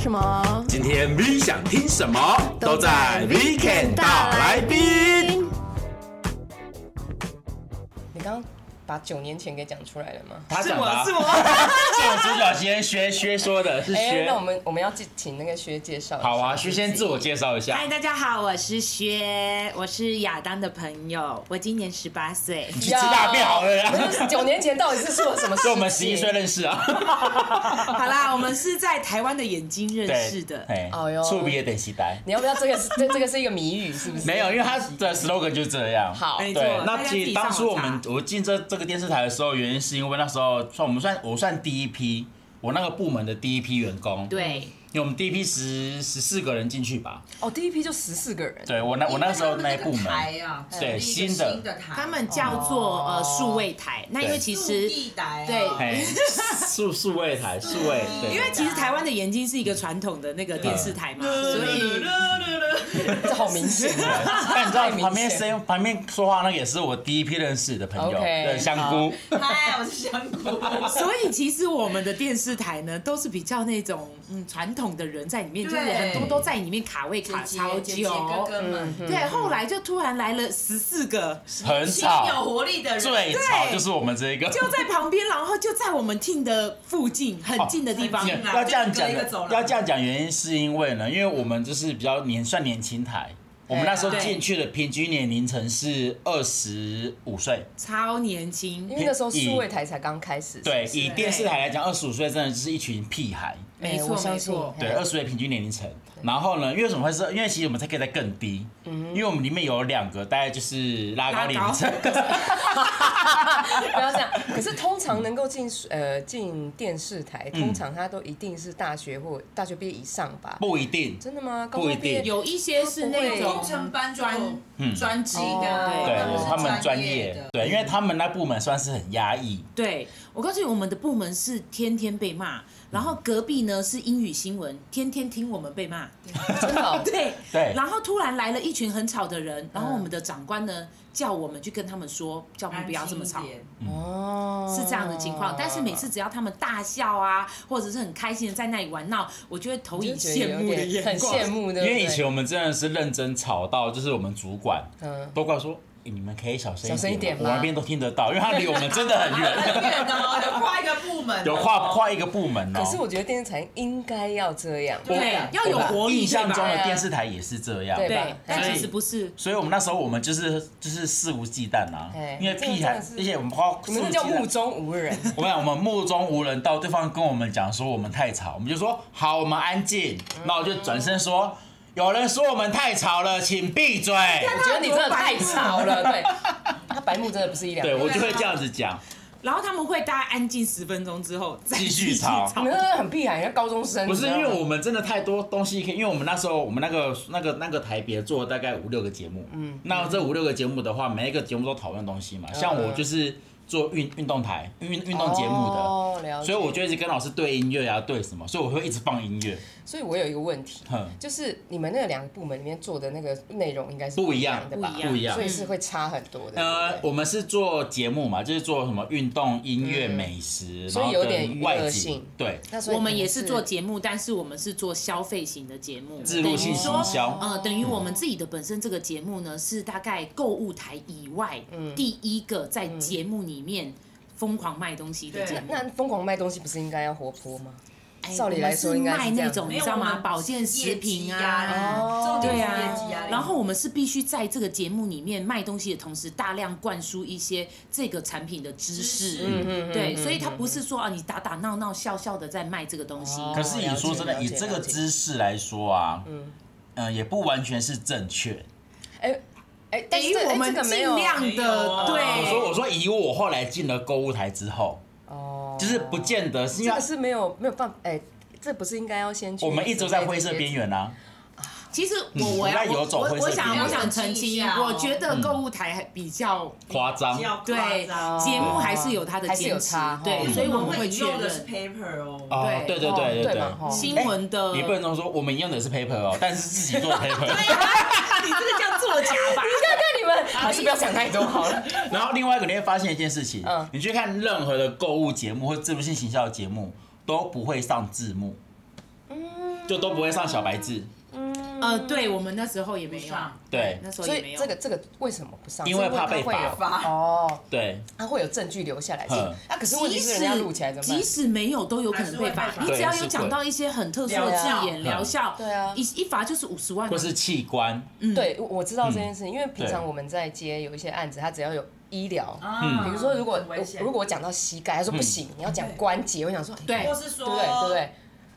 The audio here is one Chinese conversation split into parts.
什么？今天 V 想听什么都在 Weekend 大来宾。你刚刚把九年前给讲出来了吗？他是讲的我啊是我， 是我主角先薛薛说的，是哎、薛那。我们我们要请那个薛介绍一下。好啊，薛先自我介绍一下嗨，。大家好，我是薛，我是亚当的朋友，我今年十八岁。去吃大便好了啦 不是九年前到底是做了什么事？所以我们十一岁。认识啊。好啦，我们是在台湾的眼睛认识的。哎哎呦触鼻也得期待。你要不要这个是？这这个是一个谜语，是不是？没有，因为他的 slogan 就是这样。好没错对，，大那家其自实己当初我上网们查我进这这个电视台的时候，原因是因为那时候算我们算我算第一批，我那个部门的第一批员工，，对，因为我们第一批十十四个人进去吧，哦，第一批就十四个人。对我哎那我那时候那一部门，台啊，对是一个新的新的台，他们叫做哦呃数位台。那因为其实速递台啊对嘿， 数数位台数位，嗯对，因为其实台湾的眼睛是一个传统的那个电视台嘛，所以这好明显啊！但你知道太明显旁边声音旁边说话那个也是我第一批认识的朋友， OK，对，香菇，嗨，我是香菇， 所以其实我们的电视台呢，都是比较那种嗯传统的人在里面，就对是很多都在里面卡位卡超姐姐哥久。嗯哥们，对，后来就突然来了十四个，很新有吵，活力的人，最吵就是我们这一个，就在旁边，然后就在我们厅的附近，很近的地方。很近啊 要这样讲就隔一个的走，廊要这样讲原因是因为呢，因为我们就是比较年算年轻台，我们那时候对进去的平均年龄层是二十五岁，超年因轻，为那时候数位台才刚开始。对，以电视台来讲，二十五岁真的就是一群屁孩，没哎我错相没信错。对，二十岁平均年龄层。然后呢，因为为什么会是？因为其实我们才可以再更低，因为我们里面有两个大概就是拉高拉年高龄层， 不要这样。可是通常能够进呃进电视台，通常他都一定是大学或大学毕业以上吧？不一定。真的吗？不一定高中毕业有一些是那对工种程班专嗯专辑哦的，对哦，他们是专专业，的，对，因为他们那部门算是很压抑，对，我告诉你，我们的部门是天天被骂，然后隔壁呢是英语新闻，天天听我们被骂。真的哦对对然后突然来了一群很吵的人，然后我们的长官呢叫我们去跟他们说，叫他们不要这么吵安。静一点哦， 是这样的情况，但是每次只要他们大笑啊，或者是很开心的在那里玩闹，我就会投以就觉得羡有慕的眼点很光。羡慕的，因为以前我们真的是认真吵到，就是我们主管嗯都过来说。欸你们可以小声小声一一点点吗，吗我那边都听得到，因为他离我们真的很很远， 远的哦，有跨一个部门，有跨。跨一个部门哦。可是我觉得电视台应该要这样，对，啊要有活力，印象中对吧的电视台也是这样，对吧哎对，但所以其实不是。所以我们那时候我们就是就是肆无忌惮啊哎，因为屁这孩个真，的是而且我们包你们那叫目。中无 人，我跟你讲，我们目中无人到对方跟我们讲说我们太吵，我们就说好，我们安静。那我就转身说，有人说我们太吵了，请闭 嘴。我觉得你真的太吵了，对，他白目真的不是一两对，个，我就会这样子讲，然后他们会大家安静十分钟之后再继续续吵你们真的很屁孩，像高中生，不是你因知道为吗我们真的太多东西可以，因为我们那时候我们那个那个那个台别做大概五六个节目，嗯，那这五六个节目的话，每一个节目都讨论东西嗯嘛，像我就是做运运动台运运动节目的，哦，了解所以我就一直跟老师对音乐啊，对什么，所以我会一直放音乐。所以我有一个问题哼，就是你们那两个部门里面做的那个内容应该是不一样样的吧？不嗯一样所以是会差很多的。呃，对不对我们是做节目嘛，就是做什么运动、音乐、美食，嗯所然后以有点跟娱乐外性景，对，那所以我们你也是做节目，但是我们是做消费型的节目，自入性行销。呃，等于我们自己的本身这个节目呢，是大概购物台以外、嗯第一个在节目里面疯狂卖东西的节目。那疯狂卖东西不是应该要活泼吗？哎照理来说我应们该是是这卖样那种没你有知道我吗？们保健食品业绩压啊。力哦重点对是啊业绩压，力。然后我们是必须在这个节目里面卖东西的同时，大量灌输一些这个产品的知识知识嗯。对，所以它不是说啊，你打打闹闹、笑笑的在卖这个东西。嗯哦可是你说真了的，解以这个了解知识来说啊，嗯，呃，也不完全是正确。哎哎，但等是于这我哎们这个没尽有量没有的啊我对哎说，我说以我后来进了购物台之后，哦，就是不见得是因这为个是没有没有办法，哎，这不是应该要先去我们一直在灰色边缘。缘啊。其实我嗯我要我在游走我灰色我我想地带我想澄澄清一清，下哦我觉嗯得购物台还比较夸张比较夸对张节目还是有它的哦还是有坚持差哦，对，嗯所以我我们会们会确用的是认 paper 哦，哦对，对对哦对对对嘛吼对，新闻的。哎你不能这么说，我们用的是 paper 哦，但是自己做 paper。你这个叫作假吧？看 看你们还是不要想太多好了。然后另外一个你会发现一件事情嗯，你去看任何的购物节目或自助性行销的节目，都不会上字幕。就都不会上小白字，呃，对我们那时候也没有上，对那时候 所也没以有。这个这个啊为什么不上？因为是怕被它会罚有罚哦，对它会有证据留下来。是嗯啊，可是问即题是人使家录起来怎么办即？使没有都有可能被罚还是会被，罚你只要有对讲到一些很特殊的字眼疗疗效，对啊一一罚就是五十万或，是器官，对，我我知道这件事情，因为平常对我们在接有一些案子，它只要有医疗，嗯啊比如说如果很危险如果我讲到膝盖，他说不行，你要讲关节，我想说对或是嗯对不对对不说对？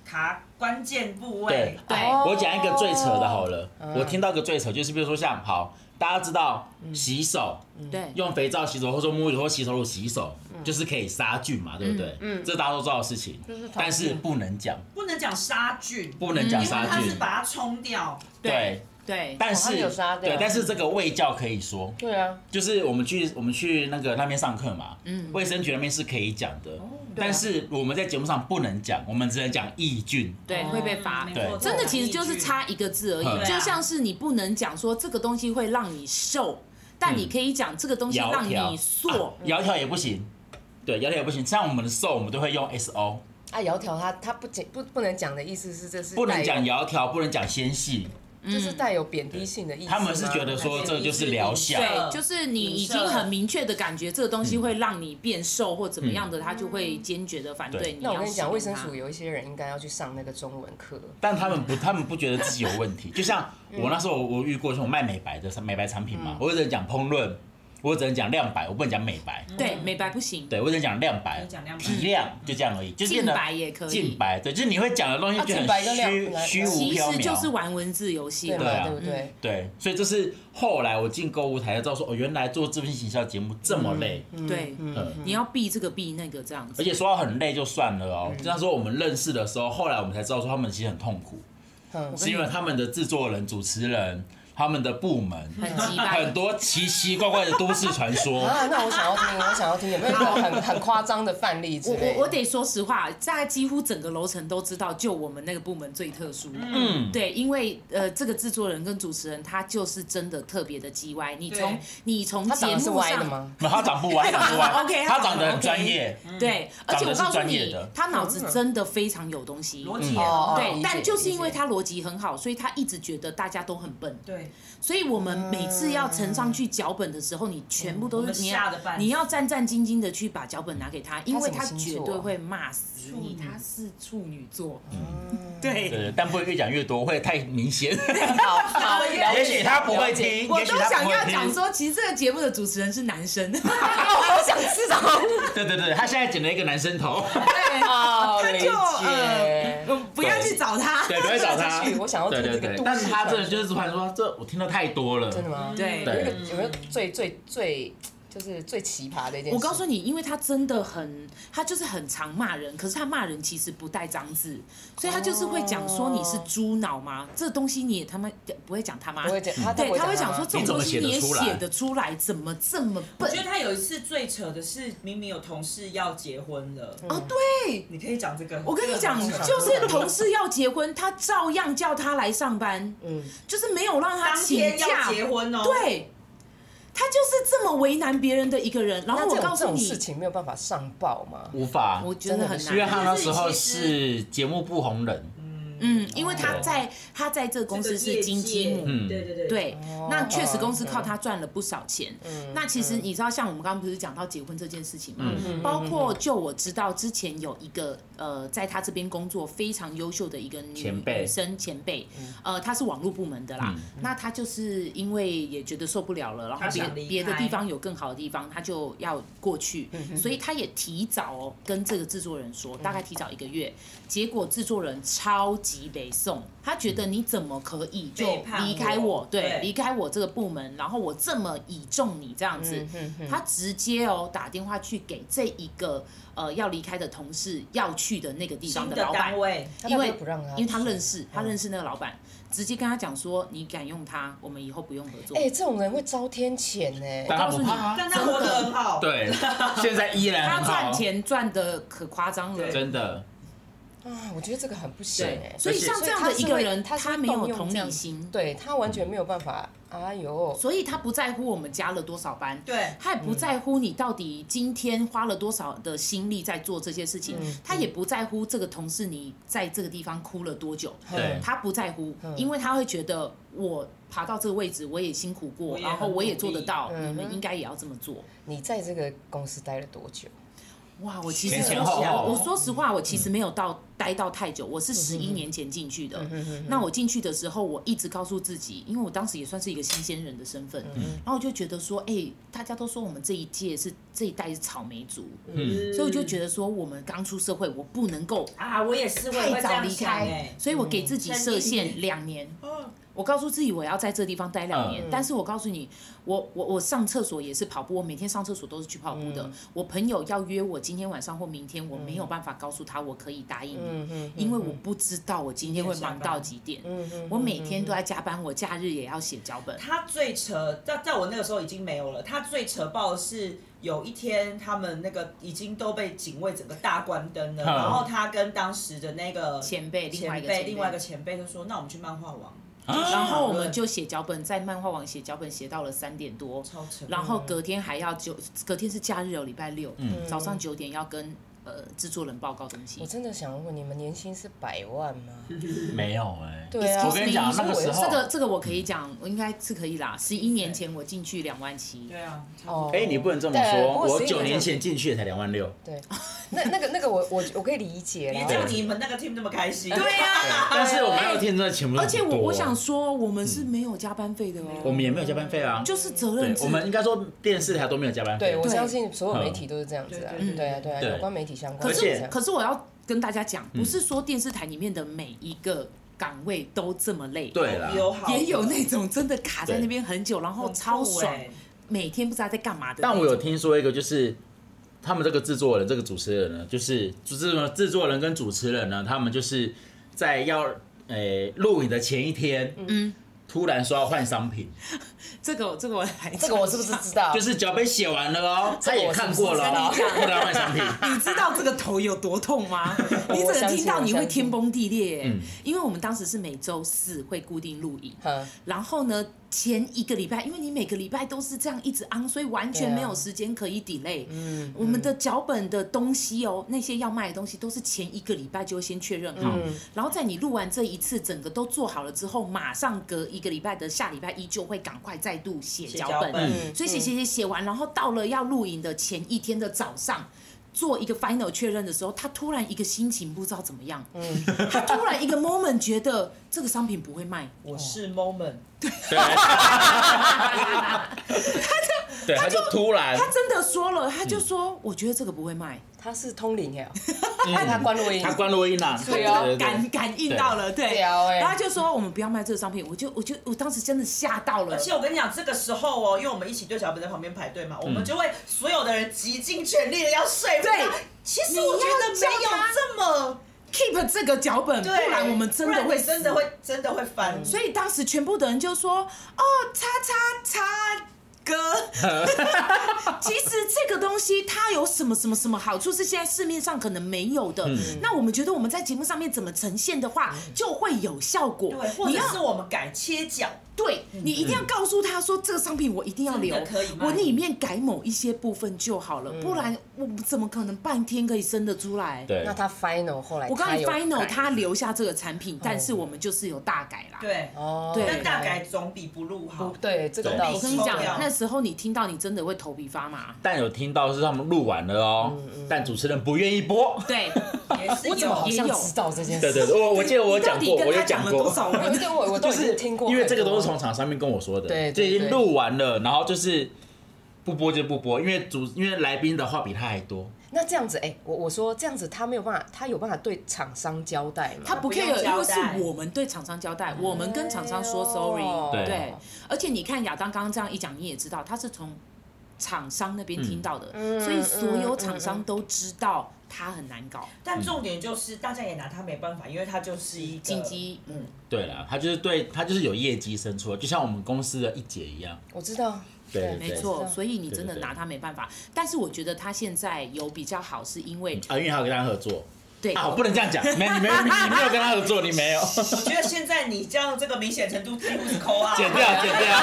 卡关键部对位，对哦我讲一个最扯的好了，我听到一个最扯，就是比如说像好，大家知道洗手，对，用肥皂洗手，或者说沐浴或洗手乳洗手，就是可以杀菌嘛，对不对？嗯，这大家都知道的事情就是，但是不能讲，不能讲杀菌，嗯因为不能讲杀它菌是，把它冲掉，对。对，但哦它是没有杀掉对，但是这个卫教可以说，对啊，就是我们去我们去那个那边上课嘛，嗯，卫生局那边是可以讲的，哦啊但是我们在节目上不能讲，我们只能讲抑菌，对会被罚啊嗯。对没错真的其实就是差一个字而嗯已，就像是你不能讲说这个东西会让你瘦，但你可以讲这个东西窈让窕你啊硕，窈窕也不行，对，窈窕也不行。像我们的瘦，我们都会用 S O，啊，窈窕他他不讲不不能讲的意思是这是不带能有讲，窈窕，不能讲纤细，这嗯是带有贬低性的意思吗。他们是觉得说这就是疗效。对，就是你已经影射很明确的感觉这个东西会让你变瘦或怎么样的，他就会坚决的反对对你。那我跟你讲，卫生署，有一些人应该要去上那个中文课，但他们不，他们不觉得自己有问 题。就像嗯我那时候，我遇过这种卖美白的美白产品嘛，我只能讲烹饪，我只能讲亮白，我不能讲美白。对，美白不行，对，我只能讲亮白能讲亮，白提亮就这样而已，就是净变得白也可以，净白，对，就是你会讲的东西啊就净很白跟亮虚白虚无其缥实就是缈。玩文字游戏对了。对吗？啊对不对？对，所以这是后来我进购物台才知道说，哦，原来做咨询行销节目这么累。对，嗯你要避这个避那个这样而子。且说到很累就算了哦、就像说我们认识的时候，后来我们才知道说他们其实很痛苦，嗯是因为他们的制作人、主持人、他们的部门很鸡 掰很多奇奇怪怪的都市传说。啊，那我想要听，我想要听，有没有那种很很夸张的范例之我类的？我我得说实话，在几乎整个楼层都知道，就我们那个部门最特殊。嗯，对，因为呃，这个制作人跟主持人他就是真的特别的叽歪。你从对你从他长节得是目歪的上，吗？没有他长不歪，长不歪 OK，他他长得很 OK 嗯专业，嗯对，而且长我告得是诉专业你的，他脑子真的非常有东西。逻辑也哦很对理解，但就是因为理解他逻辑很好，所以他一直觉得大家都很笨。对，所以我们每次要呈上去脚本的时候，你全部都是嗯我们你吓要得半死你要战战兢兢的去把脚本拿给他，因为他什么绝星座啊对会骂死你。他是处女座，对，对，但不会越讲越多，会太明显。好好，了解也许他不会听，，也我许都他想不会要讲听。说，其实这个节目的主持人是男生， 我想知道。 对对对，他现在剪了一个男生头，哦，他理就解。呃，不要去找他。对，不会找他继续。我想要对听对这个对都，市但是他真的传就是突然说，这我听到太多了。真的吗？对有一个对有没有最最最就是最奇葩的一件事？我告诉你，因为他真的很，他就是很常骂人，可是他骂人其实不带脏字，所以他就是会讲说你是猪脑吗？这东西你也他妈不会讲他妈不，会讲，他对，他会讲讲吗说这种东西你也写得出来，怎么这么我笨觉？得他有一次最扯的是，明明有同事要结婚了，哦，对，你可以讲这个。我跟你讲，这个很扯就是同事要结婚，他照样叫他来上班，嗯，就是没有让他当请天假要。结婚哦，，对，他就是这么为难别人的一个人。然那后我这告种这诉种事你，情没有办法上报嘛？无法，我觉得很真的因为难。他那时候是节目不红人，嗯，因为他对在他在这个公司这个是金鸡业界母，嗯对对对，对哦，嗯那确实公司靠他赚了不少钱。那其实你知道，像我们刚刚不是讲到结婚这件事情吗？包括就我知道之前有一个呃，在他这边工作非常优秀的一个女前辈嗯女生前辈，嗯呃，她是网络部门的啦。那她就是因为也觉得受不了了，然后她别想离开嗯别的地方有更好的地方，她就要过去，所以她也提早哦跟这个制作人说，大概提早一个月。结果制作人超级北宋，他觉嗯得你怎么可以就背叛离开我我，对对，离开我这个部门，然后我这么倚重你这样嗯嗯子，他直接哦打电话去给这一个呃要离开的同事要去的那个地方新的的老板单，嗯位，嗯他因当然为不让他因为他认识他认识那个老板，直接跟他讲说你敢用他，我们以后不用合作。哎，这种人会遭天谴呢。但他不怕。啊但他活得很好，，对，现在依然啊他很赚好，钱赚的可夸张了，哎对真的。啊，我觉得这个很不行对哎，。所以像这样的一个人，他是会没有动用同这样理心，对他完全没有办法。哎呦，所以他不在乎我们加了多少班，对他也不在乎你到底今天花了多少的心力在做这些事嗯情，他也不在乎这个同事你在这个地方哭了多久，对他不在乎，嗯因为他会觉得我爬到这个位置，我也辛苦过，我也很然后我也做得到，努力你嗯们哼应该也要这么做。你在这个公司待了多久？哇，我其实前前说实后哦话后我说实话，我嗯其实没有到待到太久，我是十一年前进去的。那我进去的时候，我一直告诉自己，因为我当时也算是一个新鲜人的身份，嗯然后我就觉得说，哎、大家都说我们这一届是这一代是草莓族，嗯，所以我就觉得说，我们刚出社会，我不能够啊，我也是，我也太会这早样离想开哎，。所以我给自己设限两年。哦，我告诉自己我要在这地方待两年，嗯但是我告诉你，我我我上厕所也是跑步，我每天上厕所都是去跑步的。我朋友要约我今天晚上或明天，我没有办法告诉他我可以答应你，嗯哼，因为我不知道我今天会忙到几点。我每天都在加班，我假日也要写脚本。他最扯，在在我那个时候已经没有了。他最扯爆的是有一天，他们那个已经都被警卫整个大关灯了，嗯然后他跟当时的那个前辈另外一前个辈前辈另外一个前辈就说：“那我们去漫画网。”然后我讨论们就写脚本，在漫画网写脚本，写到了三点多，超扯。然嗯后隔天还要九，隔天是假日哦，礼拜六，嗯早上九点要跟呃制作人报告东西我。真的想问你们，年薪是百万吗？没有哎，对啊， Excuse 我跟你讲，那个时候这，个这个我可以嗯讲，我应该是可以啦。十一年前我进去两万七，对啊，差不多哦，哎，你不能这么对说，不过我11九年前进去也才两万六，对，那那个那个我我我可以理解别啦叫你们那个 team 那么开心。对啊呀、但是我们那个天真的钱不是而很多且我我哦想说，我们嗯是没有加班费的我哦，们也没有加班费啊，就是责对任，制。我们应该说电视台都没有加班费，对，我对相信所有媒体都是这样子啊对对，对对啊，对啊，对有关媒体相关可的而是且嗯这是样，可是我要跟大家讲，不是说电视台里面的每一个岗位都这么累，，对啦， 有好也有那种真的卡在那边很久，然后很超酷爽，欸哎每天不知道在干嘛的那但种。我有听说一个，就是他们这个制作人、这个主持人呢，就是制作制作人跟主持人呢，他们就是在要诶录、影的前一天，嗯，突然说要换商品，这个这个我来，这个我是不是知哦道？就是脚本写完了哦，这他个我也看过了哦，是不是跟你讲突然换商 品，你知道这个头有多痛 吗？你我整相个信听到你我会相信天崩地裂耶嗯，因为我们当时是每周四会固定录影，嗯然后呢前一个礼拜，因为你每个礼拜都是这样一直昂，所以完全对啊没有时间可以 delay。我嗯们的脚本的东西哦，那些要卖的东西都是前一个礼拜就先确认好，嗯然后在你录完这一次整个都做好了之后，马上隔一个礼拜的下礼拜一就会赶快再度写写脚脚本本。嗯所以写写写写完，然后到了要录影的前一天的早上。做一个 final 确认的时候，他突然一个心情不知道怎么样，嗯他突然一个 moment 觉得这个商品不会 卖，我是哦 moment，对，对，他就突然，他真的说了，他就说、我觉得这个不会卖，他是通灵哎，哎他关录音他，关录音了，对啊他对对哦感感应到了，对，对啊哎然后他就说我们不要卖这个商品，我就我就我当时真的吓到了而，且我跟你讲，这个时候哦，因为我们一起对小本在旁边排队嘛，我嗯们就会所有的人极尽全力的要说服对他。其实我觉得没有这么， keep 这个脚本，不对，然我们真不的然会你真死嗯的会真的会翻。所以当时全部的人就说：“哦，叉叉叉哥， 其实这个东西它有什么什么什么好处是现在市面上可能没有的。嗯那我们觉得我们在节目上面怎么呈现的话，就会有效果。对，或你者要是我们改切角，对你一定要告诉他说，这个商品我一定要留真的可以，卖我里面改某一些部分就好了，嗯不然我怎么可能半天可以生得出来？对那他 final 后来我告诉他你有，final 改他留下这个产品，但是我们就是有大改啦。对，哦，对但大概总比不录好。对这个对倒我是跟你讲受不了，那时候你听到你真的会头皮发麻。但有听到是他们录完了哦，嗯但主持人不愿意播。 对，也是我怎么好有，像也有知道这件对事？对，对我我记得我你讲到过，底我跟有他讲了过多。少有一人？点我我就都哦已经是听过很多，因为这个都是从厂商面跟我说的，对对就已经对录完了，然后就是不播就不播，因为主因为来宾的话比他还多，那这样子，哎、我我说这样子，他没有办法，他有办法对厂商交代吗？他不不用 care，因为交代是我们对厂商交代，我们跟厂商说哎呦对 sorry。对，而且你看亚当刚刚这样一讲，你也知道他是从厂商那边听到的，所以所有厂商都知道他很难搞。 但重点就是大家也拿他没办法，因为他就是一个紧急，嗯，对啦，他就是对他就是有业绩生出来，就像我们公司的一姐一样，我知道，对对没错，所以你真的对对对拿他没办法。但是我觉得他现在有比较好，是因为嗯啊，因为他有跟他合作，对，啊，我不能这样讲，没你没你你没有跟他合作，你没有 我觉得现在你这样这个明显程度几乎是抠啊， 剪掉剪掉，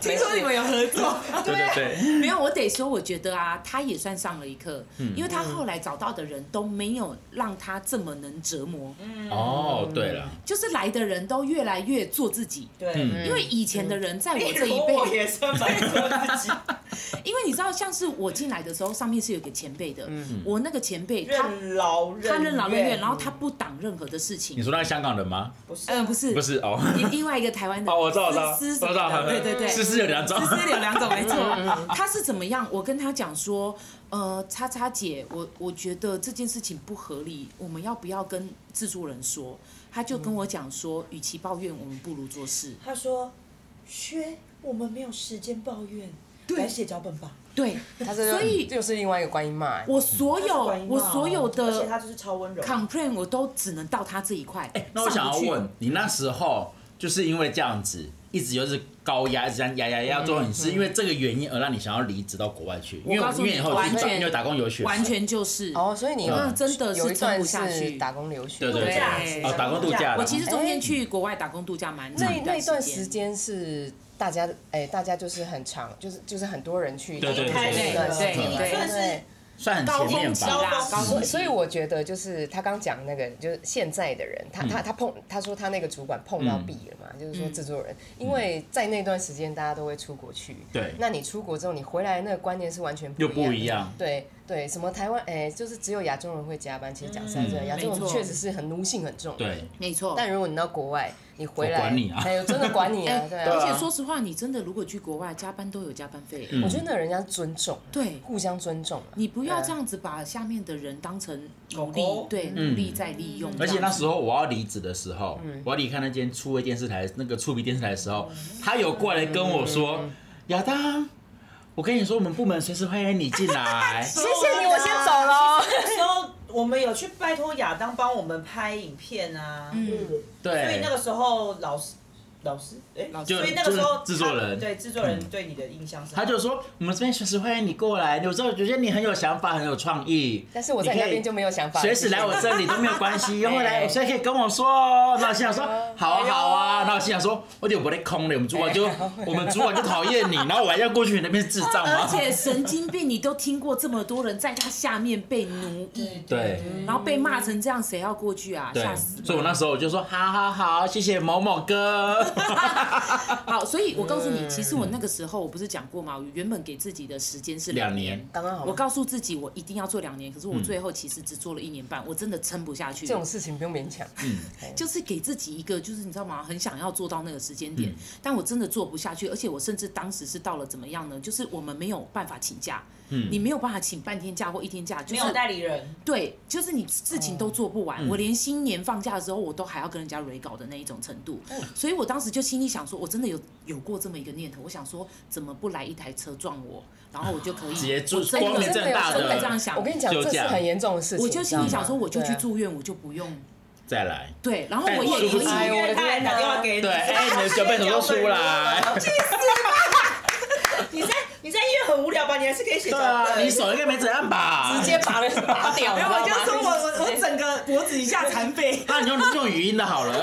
听说你们有合作，对对对， 没有，我得说，我觉得啊，他也算上了一课，嗯因为他嗯后来找到的人都没有让他这么能折磨，哦对了，就是来的人都越来越做自己。对，嗯因为以前的人在我例这一如我辈，也是蛮做自己，因为你知道，像是我进来的时候，上面是有一个前辈的，嗯我那个前辈他任劳任他任劳任怨，然后后他不挡任何的事你情。说那个香港人吗？不是呃，不是，不，是哦，另另外一个台湾 的，哦我知道我知道，思思我什么知道，的，对对对，思思有两种，就是有两种，嗯没错。他是怎么样？我跟他讲说，呃，叉叉姐，我我觉得这件事情不合理，我们要不要跟制作人说？他就跟我讲说，与其抱怨，我们不如做事。他说：“薛，我们没有时间抱怨，对来写脚本吧。对，他这就所以这就是另外一个观音骂、欸，我所他是有管音骂哦”哎我所有而且他的就是超温柔。 complain，我都只能到他这一块。哎，那我想要上不去，问你，那时候就是因为这样子，一直就是高压，一直这样压压压，最后你是因为这个原因而让你想要离职到国外去？因为嗯我告诉因你为以后有去完转，全因为打工游学，完全就是。哦，所以你那真的有是一撑段不下是去。打工留学，嗯对对对对，对哦，打工度假的，我其实中哎间去国外打工度假哎蛮长那一那段时时间。间是大家哎、大家就是很长，就是就是很多人去对对对那一段时间对对对算是算很高前峰面期吧。啦，高所峰以期。所以我觉得就是他刚讲那个，就是现在的人，他他嗯他碰他说他那个主管碰到壁了嘛，就是说制作人，因为在那段时间大家都会出国去，嗯对那你出国之后你回来那个观念是完全不又一样，不一样，对对，什么台湾哎、就是只有亚洲人会加班，其实讲实在这样，亚洲人没错确实是很奴性很重，。嗯对，没错。但如果你到国外，你回来，我管你啊哎呦，真的管你啊，对而啊。且说实话，你真的如果去国外加班都有加班费，嗯我觉得那人家尊重，对互相尊重啊。你不要这样子把下面的人当成奴隶狗狗，对奴嗯隶在利用。而且那时候候我要离职的时候，嗯我要离开那间触微电视台那个触鼻电视台的时候，他有过来跟我说：“嗯亚当，我跟你说，我们部门随时欢迎你进 来。谢谢你，我先走哦喽。那时候我们有去拜托亚当帮我们拍影片啊，嗯，”所以对那，个时候老师老师哎，老师所以那个时候就制作人嗯他对制作人对你的印象是他就说：“我们这边随时欢迎你过来，我知道我觉得你很有想法，很有创意。”但是我在那边就没有想法，随时来我这里都没有关系，然后来，哎所以可以跟我说哦。那我心想 说，好啊好啊。那我心想说，我就不得空了。我们主管就，我们主管就讨厌你，然后我还要过去你那边是智障吗 哦而？且神经病，你都听过这么多人在他下面被奴役，对，然后被骂成这样，谁要过去啊？对吓，死人！所以我那时候我就说，好好好，谢谢某某 哥。 好，所以我告诉你，其实我那个时候我不是讲过嘛，我原本给自己的时间是嗯两年年。嗯刚刚好我吗。告诉自己，我一定要做两年，可是我最后其实只做了一年半，我真的撑不下去。这种事情不用勉强，嗯就是给自己一个，就是你知道吗？很想要做到那个时间点，嗯但我真的做不下去，而且我甚至当时是到了怎么样呢？就是我们没有办法请假，嗯你没有办法请半天假或一天假，就没是有代理人，对，就是你事情哦都做不嗯完，我连新年放假的时候，我都还要跟人家 re 搞的那一种程度，哦所以我当时就心里想说，我真的有有过这么一个念头，我想说，怎么不来一台车撞我，然后我哎就可以直接我住真光的明真正的有大真的的这样想我，跟你讲，啊就这这是样很严重的事情。我就心里想说，我就去住。住院，我就不用再 来，对，然后我但也殊不可知以因哎呦我为的他还天哪打电话给你，对，哎，你的小背头都出来。 你在你在医院很无聊吧？你还是可以写脚对啊，本。你手应该没怎样吧？ 直接把人 拔掉，没有，我就说我我我整整个脖子以下 残废，那你用用语音的好了。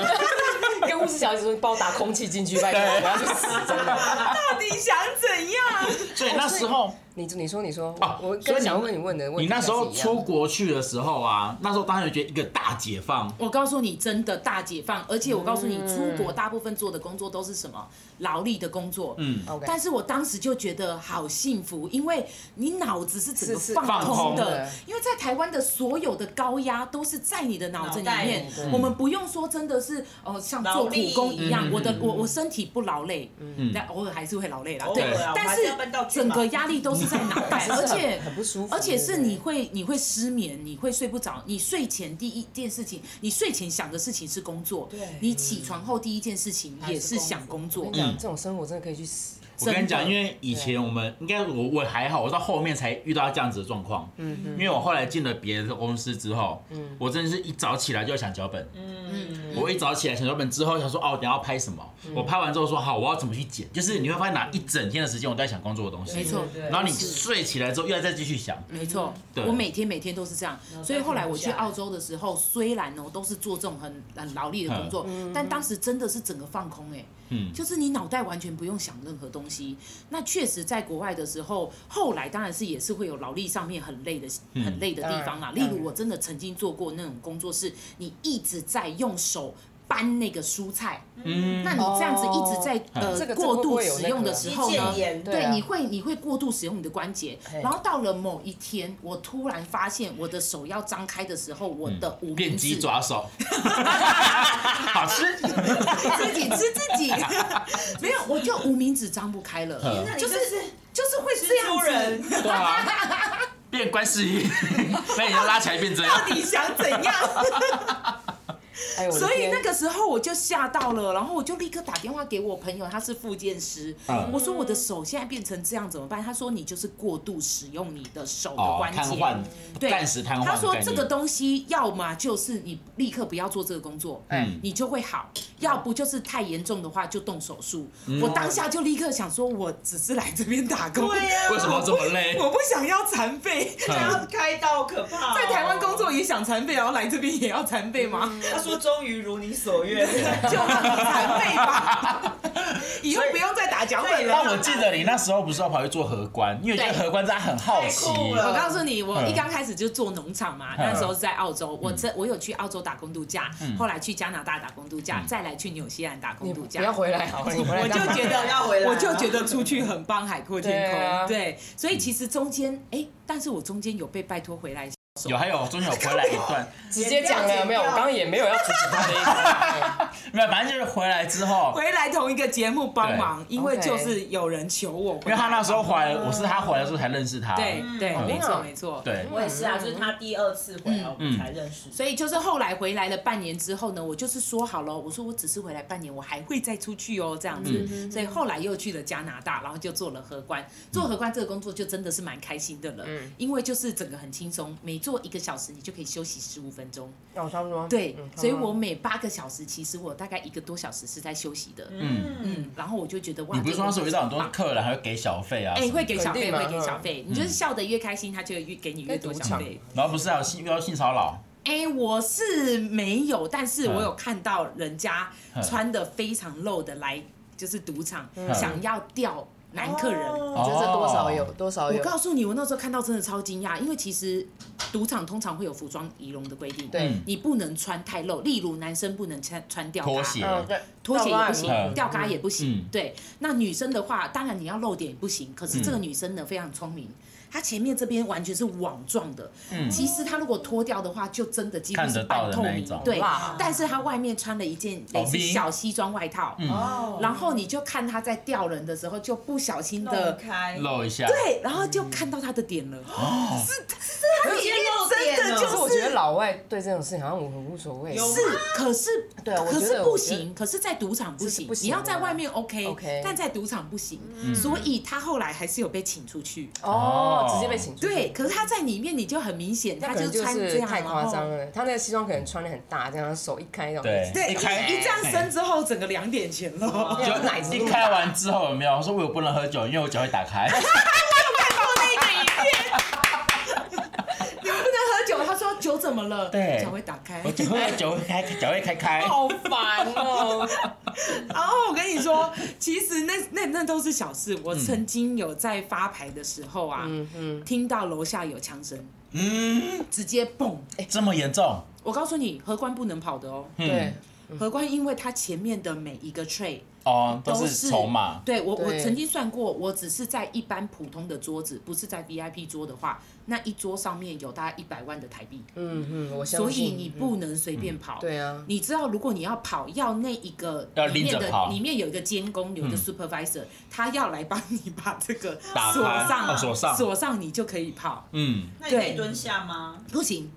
跟护士小姐说，你帮我打空气进去，拜托，我要去死！真 的。到底想怎样？所以那时候你你说你说哦，我所以跟你想问你问的问你题，那时候出，国去的时候啊，那时候当然觉得一个大解放。我告诉你，真的大解放，而且我告诉嗯你，出国大部分做的工作都是什么劳力的工作，嗯， OK 但是我当时就觉得好幸福，因为你脑子是整个是是放空放空的的，因为在台湾的所有的高压都是在你的脑子里脑袋面里，我们不用说真的是呃像劳做苦力工一样，嗯我的我我身体不劳累，但偶尔还是会劳累啦，嗯偶对尔啊，我但还是要搬道具整嘛个压力都是在脑 袋，而且很不舒服而且对是不对你会你会失眠，你会睡不着，你睡前第一件事情，你睡前想的事情是工作对，你起床后第一件事情也是想工我作嗯跟嗯你，讲，这种生活真的可以去死。我跟你讲，真的因为以前我们应该我我还好，我到后面才遇到这样子的状况。嗯因为我后来进了别的公司之后，我真的是一早起来就要想脚本。嗯我一早起来写脚本之后，想说哦，等一下要拍什么？嗯我拍完之后说好，我要怎么去剪？就是你会发现哪一整天的时间我都在想工作的东西，没错对对，对然后你是睡起来之后又要再继续想，没错，对我每天每天都是这样，所以后来我去嗯然后再澳洲的时候，虽然哦都是做这种很很劳力的工作，嗯但当时真的是整个放空哎、嗯就是你脑袋完全不用想任何东西。那确实在国外的时候，后来当然是也是会有劳力上面很累的、嗯很累的地方啦。当然例如我真的曾经做过那种工作是，你一直在用手搬那个蔬菜，嗯，那你这样子一直在、嗯这个这呃过个会不度会有使用的时肌候呢腱，炎，对啊你会你会过度使用你的关节嘿，然后到了某一天，我突然发现我的手要张开的时候，我的无练名鸡指爪手， 好吃，自己吃自 己，没有，我就无名指张不开了，嗯那你就就是是就是会这蜘蛛样子。人，对啊，变观世 音，那你要拉起来变这样到，底想怎样？哎呦，我的所以天那个时候我就吓到了，然后我就立刻打电话给我朋友，他是复健师，嗯我说我的手现在变成这样怎么办？他说你就是过度使用你的手的哦关，节，瘫痪，对暂时瘫痪的概念。他说这个东西，要么就是你立刻不要做这个工作，嗯你就会好；要不就是太严重的话就动手术。嗯我当下就立刻想说，我只是来这边打工，对啊呀、为什么要这么累？ 我不想要残废。他开刀可怕、 哦在台湾工，作也想残废，然后来这边也要残废吗？他说终于如你 所愿，就让你 残废 吧，以后不用再打脚本但了。我记得你那时候不是要跑去做荷官，因为我觉得荷官大家很好奇太，酷了我告诉你，我嗯一刚开始就做农场嘛，那时候是在澳洲，我这我有去澳洲打工度假，后来去加拿大打工度假，再来去纽西兰打工你度不假。要回来好了，你回来我就干嘛觉得要回来我就觉得出去很棒，海阔天对空。啊啊对，嗯所以其实中间，哎，但是我中间有被拜托回来。有还有中间有回来一 段， 直接讲了没有？我刚刚也没有要阻止他的意 思。没有，反正就是回来之后，回来同一个节目帮忙，因为 OK 就是有人求我回来，因为他那时候回来，我是他回来的时候才认识他，对对，嗯没真的错啊没错。对，我也是啊，就是他第二次回来嗯我们才认识，所以就是后来回来了半年之后呢，我就是说好了，我说我只是回来半年，我还会再出去哦，这样嗯子。所以后来又去了加拿大，然后就做了荷官。做荷官这个工作就真的是蛮开心的了，嗯因为就是整个很轻松，每做一个小时你就可以休息十五分钟。哦，差不多。对嗯，所以我每八个小时，其实我大概一个多小时是在休息的。嗯，嗯，然后我就觉得哇，你不是说那时候遇到很多这个工作客人还会给小费啊？棒。哎，会给小肯费，定嘛会给嗯小费。你就是笑得越开心，他就越给你越多小费。然后不是还有性遇到性骚扰，哎、我是没有，但是嗯我有看到人家穿的非常露的来，就是赌场、想要钓男客人。我觉得这多少有哦多少我有，告诉你，我那时候看到真的超惊讶，因为其实赌场通常会有服装仪容的规定，对嗯你不能穿太露，例如男生不能穿穿吊拖嘎，鞋嗯，对，拖鞋也不行，嗯吊嘎也不行嗯。对，那女生的话，当然你要露点也不行。可是这个嗯女生呢，非常聪明，她前面这边完全是网状的。其实她如果脱掉的话，就真的几乎嗯看是得到半的透那一明种。对哇，但是她外面穿了一件类哦似 V 小西装外套，哦然后你就看她在吊人的时候，就不小心弄的。开，露一下，哦对，然后就看到她的点了，嗯直接露真的点可就了，是我觉得老外对这种事情好像我很无所谓。有是，可是对我可觉是得不我觉得行，可是在赌场不这是行不，行你要在的外面 OK，, OK 但在赌场不行，嗯所以他后来还是有被请出去。哦，直接被请出去。对，，可是他在里面你就很明显，那他可能就穿这是样，哦太夸张然后。了。他那个西装可能穿的很大，这样手一开，然后对对，一开一一这样伸之后，整个两点前 了。就奶子一开完之后有没有？我说我有不能喝酒，因为我脚会打 开。你们不能喝酒，他说酒怎么了？对脚会打开我。脚会脚会开，脚会开开。好烦哦。然后我跟你说，其实那那那都是小事。嗯我曾经有在发牌的时候啊，嗯听到楼下有枪声，嗯，直接蹦。这么严重？我告诉你，荷官不能跑的哦。嗯 对，荷官因为它前面的每一个 tray 哦，都都是筹码。对我，我对曾经算过，我只是在一般普通的桌子，不是在 VIP 桌的话，那一桌上面有大概一百万的台币，嗯嗯，我相所信。以你不能随便跑。嗯对啊，你知道，如果你要跑，要那一个要里拎着面的跑嗯里面有一个监工，有一个 supervisor，、他要来帮你把这个打开锁上，哦锁上锁上你就可以跑，嗯，那你可以蹲下吗？不行，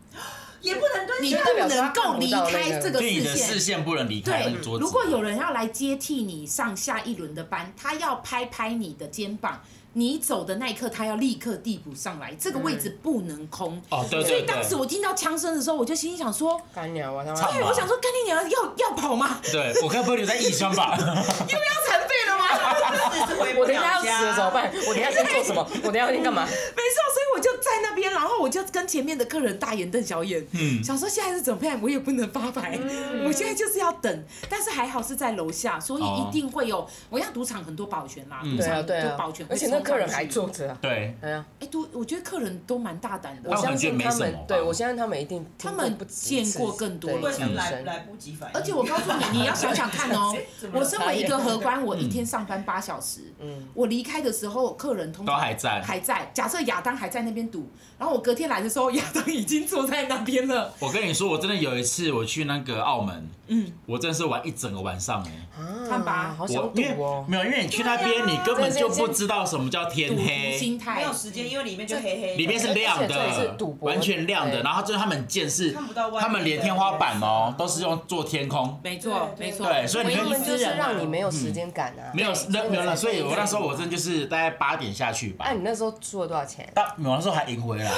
也不能跟你上不能够离开这个就你的视视线。线不能离开那对个桌，子。如果有人要来接替你上下一轮的班，他要拍拍你的肩膀，你走的那一刻，他要立刻递补上来，这个位置不能空。哦，对所对以当时对，我听到枪声的时候，我就心里想说，干鸟啊，他操妈对，我想说，干你娘，要要跑 吗？对我该不会留在异乡吧？ 啊要残废了吗？真的是回不我等一下要了死了怎么家。办？我等一下先做什么？我等一下先干嘛？ 没错，所以我就在那边，然后我就跟前面的客人大眼瞪小眼，嗯想说现在是怎么办，我也不能发牌，我现在就是要等。但是还好是在楼下，所以哦一定会有。我像赌场很多保全啦，嗯赌对场啊，对就啊保全，会而且冲上去，那客人还坐着啊，对，对啊，哎，都我觉得客人都蛮大胆的我他，们相信觉得没他什么们吧，对我相信他们一定听他过们不止一次见过更多对了会枪来声来不及反应，而且我告诉你，你要想想看哦怎。么我了身为一个荷官，我一天上班八小时，嗯我离开的时候，客人通常都还在还在。假设亚当还在那边赌，然后我隔天来的时候，亚当已经坐在那边了。我跟你说，我真的有一次我去那个澳门，嗯，我真的是玩一整个晚上哎、啊看吧好我想因为赌哦。没有，因为你去那啊边，你根本就不知道什么叫天赌徒黑，心态没有时间，因为里面就黑黑的，里面是亮而且这也是的赌，博完全亮的。对然后就是他们见是看不到，外面他们连天花板哦都是用做天空，没错，对没错，对所以你唯看一他们就私是人让你嘛没有时间感啊。嗯没有对那没有对了。所以我那时候对我真的就是大概八点下去吧哎，，你那时候输了多少钱？但我那时候还赢回来，哦。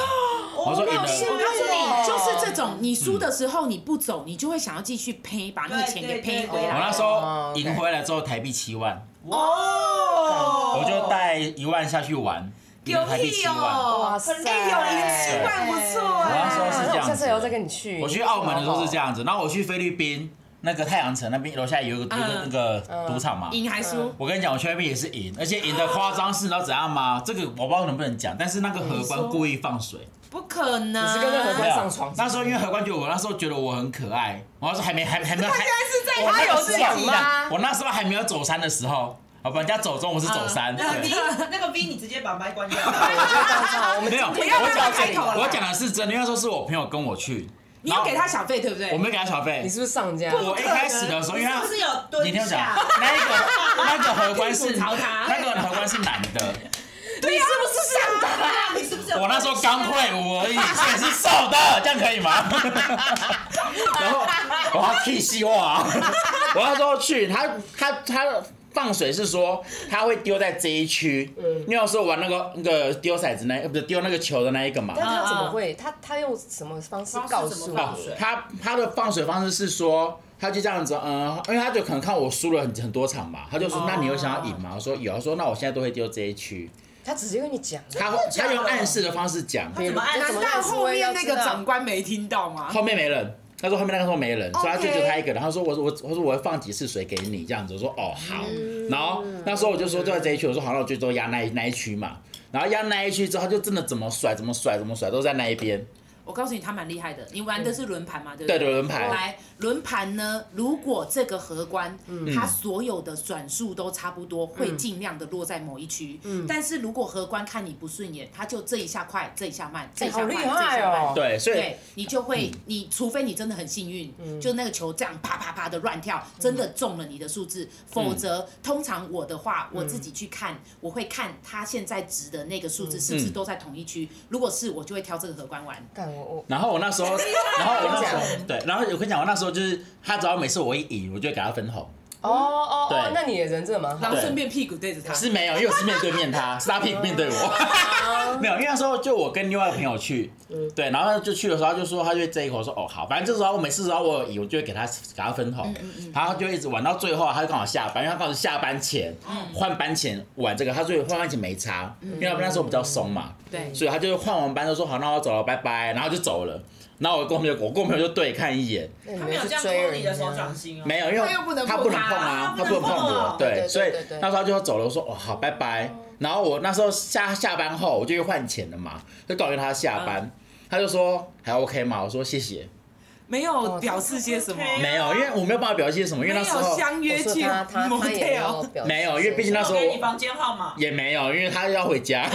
我说赢那了幸我告诉运你，哦就是这种，你输的时候你不走，你就会想要继续赔，把那个钱给赔回对对对我来。那时哦候，OK 赢回来之后台币七万，哦，我就带一万下去玩，赢了台币七万。哦哇塞哎有赢七万不错我那时候哎。是这那样我子，下次以后再跟你去。我去澳门的时候是这哦样子，然后我去菲律宾那个太阳城那边楼下有一个有一个那嗯个赌场嘛，嗯赢还输，我跟你讲，我去那边也是赢，而且赢的夸张是你知道怎样吗？这个我不知道能不能讲，但是那个荷官故意放水，不可能。你是跟任何没关有上床那时候因为荷官觉得我那时候觉得我很可爱，我那时候还没还没还没有，还是我那在他个时有自候讲己吗我我那时候还没有走山的时候，好吧，人家走中，我是走山。那个对 V，那个 V，你直接把麦关掉。我就到这儿，我们没有，今不天要我让讲他开口了我讲的是真的，因为那时候是我朋友跟我去，你有给他小费对不对？我没有给他小费你，是不是上家？我一开始的时候，因为是他不是有你蹲听我讲下？，那一个那个荷官 是屁股朝他那个荷官是男的，对呀，是不是上当？你是不是 有我那时候刚退伍 而已，所以是瘦的，这样可以 吗？然后我要剃西瓜， 我那时候去，他他他的放水是说他会丢在这一区，因为我说玩那个那个丢骰子那呃不是丢那个球的那一个嘛，但他怎么会？他他用什么方式告诉方你式？水啊他他的放水方式是说，他就这样子，嗯，因为他就可能看我输了很很多场嘛，他就说，那你有想要赢吗？我说有，他说那我现在都会丢这一区，他直接跟你讲，啊他会他用暗示的哦方式讲，怎么按？他怎么但后面那个长长官没听到吗？后面没人。他说后面那个时候没人，所以他就 OK 就他一个人。他说我我我说我会放几次水给你这样子。我说哦好，然后那时候我就说就在这一区，我说好，那我就都压那一那一区嘛。然后压那一区之后，他就真的怎么甩怎么甩怎么甩都在那一边。 我告诉你，他蛮厉害的。你玩的是轮盘嘛，对不对对？对轮盘来，轮盘呢，如果这个荷官，嗯他所有的转速都差不多，会尽量的落在某一区。嗯但是如果荷官看你不顺眼，他就这一下快，这一下慢，这一下好快，厉这一下害慢。哦！对，嗯所以对你就会，你除非你真的很幸运，就那个球这样啪啪啪的乱跳，嗯真的中了你的数字，否则通常我的话，嗯我自己去看，我会看他现在值的那个数字是不是嗯都在同一区，如果是，我就会挑这个荷官玩。干我我然后我那时候，然后我那时这候，对，然后我跟你讲，我那时候就是他只要每次我一赢，我就会给他分红，哦哦哦对，那你的人真的蛮好然后的。顺便屁股对着他。是没有，因为我是面对面他，是他屁股面对我， 没有，因为那时候就我跟另外一个朋友去，对，然后就去的时候他就说他就会这一口说哦好，反正这时候我每次只要我有赢，我就会给他给他分红，然后他就一直玩到最后，他就刚好下班，因为他刚好是下班前换班前玩这个，他所以换班前没差，因为他们那时候比较松嘛，对，所以他就换完班就说好，那我走了，拜拜，然后就走了，然后我跟我朋友我跟我朋友就对看一眼。那你他们没有去这样追抠人你的家手掌心哦。没有，因为他又不能他碰碰他啊，他他不能能碰碰我我，对对所以对对那时候就走了。我说哦好，拜拜。然后我那时候下下班后，我就去换钱了嘛，就告诉他下班，他就说还 OK 嘛，我说谢谢，没哦有表示些什么， OK 没有，因为我没有办法表现什么，因为哎没那时候有相我约说去哦他他他也要 motel，表示没有因为毕竟那时我候给你房间号码。也没有，因为他要回家。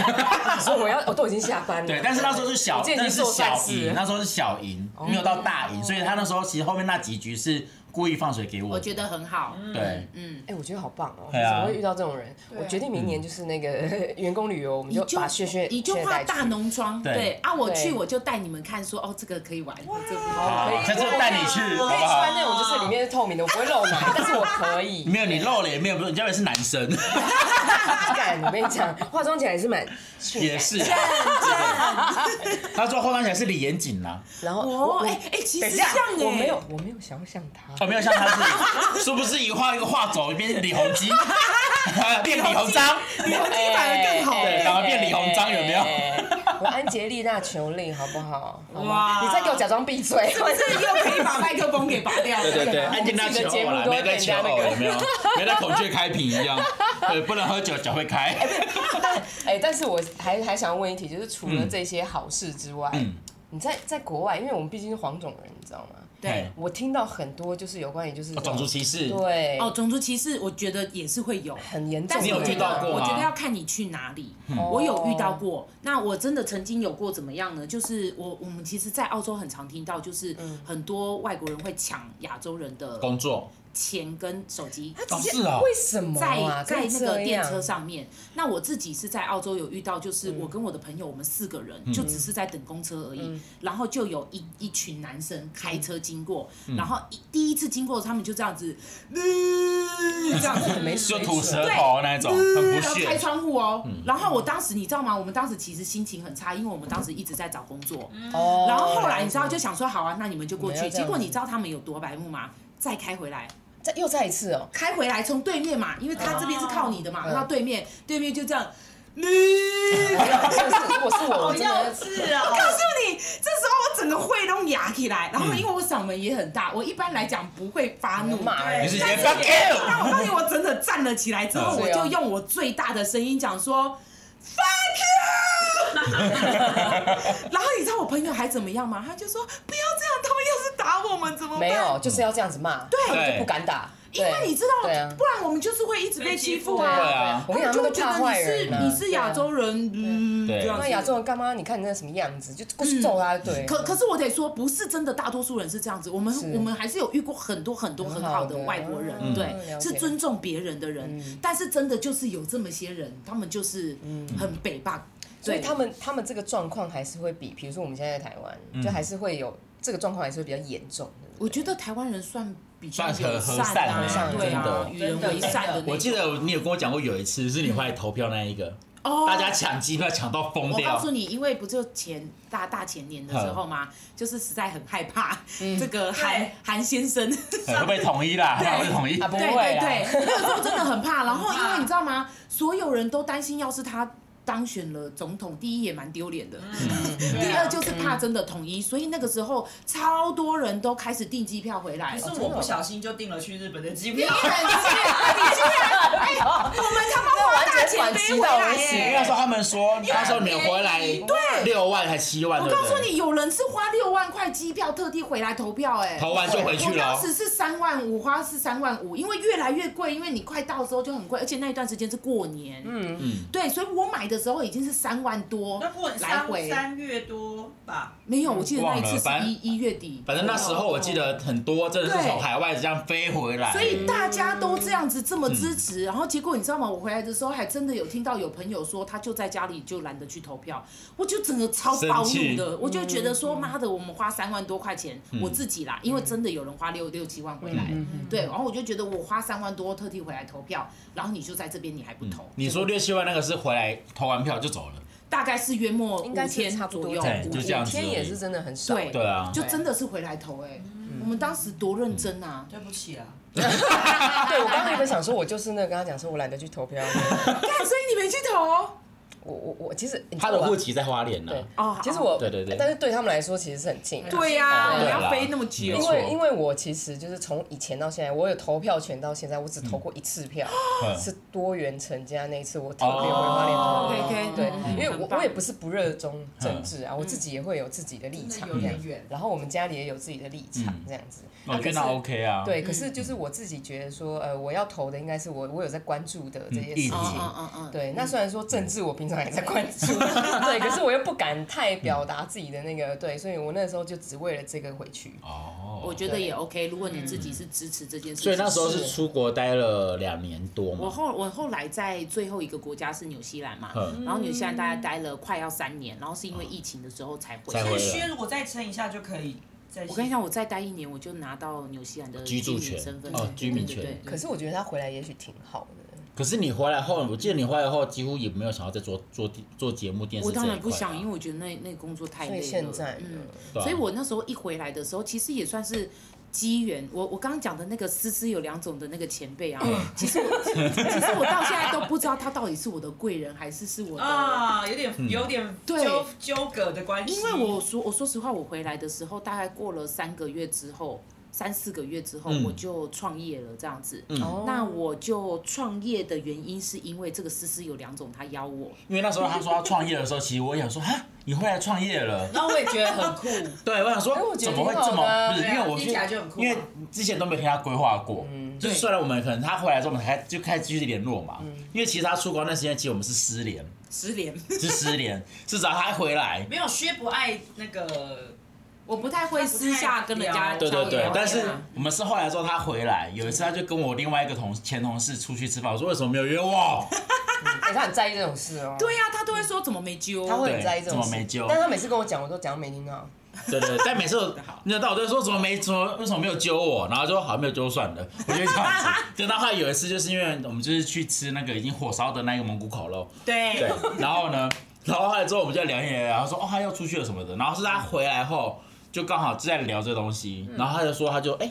所以 我要我都已经下班了。对，但是那时候是小我，记得已但经是做小嗯善事赢，了那时候是小赢，没有到大赢，所以他那时候其实后面那几局是故意放水给我我觉得很好。对，嗯，哎，我觉得好棒哦！对啊怎么会遇到这种人？啊我决定明年就是那个员工旅游，我们你就把雪雪你就雪画带去大浓妆，对对啊，我去对我就带你们看说，哦，这个可以玩，这个不好好可以，下次我带你去，好不我可以穿那好？种就是里面是透明的，我不会露奶，但是我可以。没有你露脸，没有，你特别是男生，干，我跟你讲，化妆起来是蛮性也感。是。他说后半场是李严谨啊呐，然后我哦，我哎哎，其等实一像下，哎，我没有，我没有想象他。哦，没有像他自己，是不是一画一个画走，变成李鸿基，变李鸿章？你们这反而更好哎对哎。反而变李鸿章有没有哎我安杰丽娜·裘丽，好不好？好吗？哇你再给我假装闭嘴！这又可以把麦克风给拔掉了。对对对，我安们吉娜自己求的节偶目啦，都没会有在变求成偶那个有没有？没有在孔雀开屏一样，对，不能喝酒脚会开。哎，但是我还还想问一题，就是除了这些好事之外，嗯，你在在国外，因为我们毕竟是黄种人，你知道吗？对我听到很多就是有关于就是哦种族歧视，对哦，种族歧视，我觉得也是会有。很严重但的，是你有我觉遇到得，过吗我觉得要看你去哪里。嗯哦我有遇到过，那我真的曾经有过怎么样呢？就是我我们其实，在澳洲很常听到，就是很多外国人会抢亚洲人的工作钱跟手机。他直接哦是哦为什么在啊？可在以那这个电样嗯 车上面，那我自己是在澳洲有遇到，就是我跟我的朋友，我们四个人就只是在等公车嗯而已，然后就有一一群男生开车经过，嗯然后一第一次经过，他们就这样子，嗯这样子 没就水准吐舌头那一种，很不然后开屑。窗户哦。嗯然后我当时你知道吗？我们当时其实心情很差，因为我们当时一直在找工作。哦然后后来你知道就想说好啊，那你们就过我们去。要这结样果你知道他们有多白目吗？再开回来，再又再一次 哦，开回来从对面嘛，因为他这边是靠你的嘛，嗯到对面，对面就这样。你，是不是？如果是我，我好真幼的稚 啊！告诉你，这时候我整个会都哑起来，然后因为我嗓门也很大，我一般来讲不会发 怒，骂人你是直接但是 fuck you，当我发现我真的站了起来之后，嗯我就用我最大的声音讲说 “fuck you”，然后你知道我朋友还怎么样吗？他就说不要这样，他们要是打我们怎么办？没有，就是要这样子骂，对他们就不敢打，因为对你知道，对啊不然我们就是会一直被欺负对啊。啊我跟你他讲，们就那会个怕觉得你坏人是啊，你是亚洲人，嗯，对这样那子亚洲人干嘛？你看你那什么样子，就过去揍他，对。嗯可可是我得说，不是真的，大多数人是这样子。我们是我们还是有遇过很多很多很好的很好的外国人，嗯对嗯，了解是尊重别人的人。但是真的就是有这么些人，他们就是很北霸，嗯所以对他们他们这个状况还是会比，比如说我们现在在台湾，就还是会有这个状况，还是会比较严重的。嗯我觉得台湾人算比算较很友和善善啊，的对啊，真的与人为善的那种。我记得你有跟我讲过有一次是你后来投票那一个，哦大家抢机票抢到疯我告诉掉，你，因为不就前大大前年的嗯时候嘛，就是实在很害怕这个韩对韩先生。哎会不会统一啦？会不会统一？啊不对会啦对对，那个时候真的很怕。然后因很为怕你知道吗？所有人都担心，要是他当选了总统，第一也蛮丢脸的， 第二就是怕真的统一。所以那个时候超多人都开始订机票回来。哎是我不小心就订了去日本的机票，我们他妈花大钱飞回来因为耶！那时候他们说，那时候你们回来六万还七万，我对不告诉对？你，有人是花六万块机票特地回来投票，哎，投完就回去我了当哦。时是三万五，花是三万五，因为越来越贵，因为你快到的时候就很贵，而且那一段时间是过年，嗯嗯嗯，对，所以我买的时候已经是三万多 那不，来三回三月多吧？没有，我记得那一次忘了反是正一一月底，反正那时候我记得很多真的是从对海外这样飞回来，所以大家都这样子这么支持，然后结果你知道吗？我回来的时候还真的有听到有朋友说他就在家里就懒得去投票，我就整个超暴生怒气嗯的，我就觉得嗯说妈的，我们花三万多块钱，我自己啦，因为真的有人花六六七万回来，对，然后我就觉得我花三万多特地回来投票，然后你就在这边你还不投，你说六七万那个是回来投完票就走了，大概是约莫应五该是天差不左多右，对五就这样子五天也而已是真的很少。对对啊就真的是回来投哎，嗯我们当时多认真啊，对不起啊，对，我刚刚原本想说，我就是那个跟他讲说，我懒得去投 票。干，所以你没去投。我我我，其实你知他道的吧户籍在花莲呢啊对。哦其实我对对对但是对他们来说其实是很近的。对对呀、啊我们啦要飞那么久没因错，为因为我其实就是从以前到现在，我有投票权到现在，我只投过一次 票，嗯哦是多元成家那一次，我特别回花莲投票。 ，OK，对，嗯因为我很棒我也不是不热衷政治嗯啊，我自己也会有自己的立场真的这嗯有样点远，然后我们家里也有自己的立场嗯这样子。我觉得那 OK 啊，对，可是就是我自己觉得说，呃，我要投的应该是我我有在关注的这些事嗯议题嗯情。嗯嗯嗯，对，那虽然说政治我平常也在 关注，对，可是我又不敢太表达自己的那个，对，所以我那时候就只为了这个回去。哦，我觉得也 OK。如果你自嗯己是支持这件事情，所以那时候是出国待了两年多我嘛，后我后来在最后一个国家是纽西兰嘛，嗯然后纽西兰大概待了快要三年，然后是因为疫情的时候才回才来回那来。靴如果再撑一下就可以再。我跟你，讲，我再待一年我就拿到纽西兰的居住民权身份哦证居民对对权对可是我觉得他回来也许挺好的，可是你回来后，我记得你回来后几乎也没有想要再做做做节目电视我这一当块啊。然不想，因为我觉得那那个工作太所累以了。现在呢嗯，对啊所以我那时候一回来的时候，其实也算是机缘。我我刚刚讲的那个思思有两种的那个前辈 啊，其实我其实我到现在都不知道他到底是我的贵人还是是我的。啊，有嗯点有点对纠纠葛的关系，因为我说我说实话，我回来的时候大概过了三个月之后，三四个月之后、嗯我就创业了这样子。哦那我就创业的原因是因为这个思思有两种，他邀我，因为那时候他说他创业的时候，其实我也想说，哈，你回来创业了。然后我也觉得很酷， 对，我想说哎我觉得怎么会挺好这的么啊不是？对因啊为我听起来就很酷啊因为之前都没听他规划过，就是虽然我们可能他回来之后，我们才就开始继续联络嘛。因为其实他出国那时间，其实我们是失联，失联。 是失联，是找他回来。没有靴不爱那个，我不太会私下跟人家他不对太对交对流，但是啊我们是后来之后他回来，有一次他就跟我另外一个同前同事出去吃饭，我说为什么没有约我？哎，他很在意这种事哦。对呀、他都会说怎么没揪，他会很在意这种对怎么没事救，但他每次跟我讲，我都讲没听到。对对，对但每次我那到我就说怎么没怎么为什么没有揪我，然后就好没有揪算了，我就这样子。对，到后来有一次就是因为我们就是去吃那个已经火烧的那个蒙古烤肉，对对，，然后呢，然后后来之后我们就聊一聊，然后说哦他要出去了什么的，然后是他回来后就刚好就在聊这东西，然后他就说他就哎、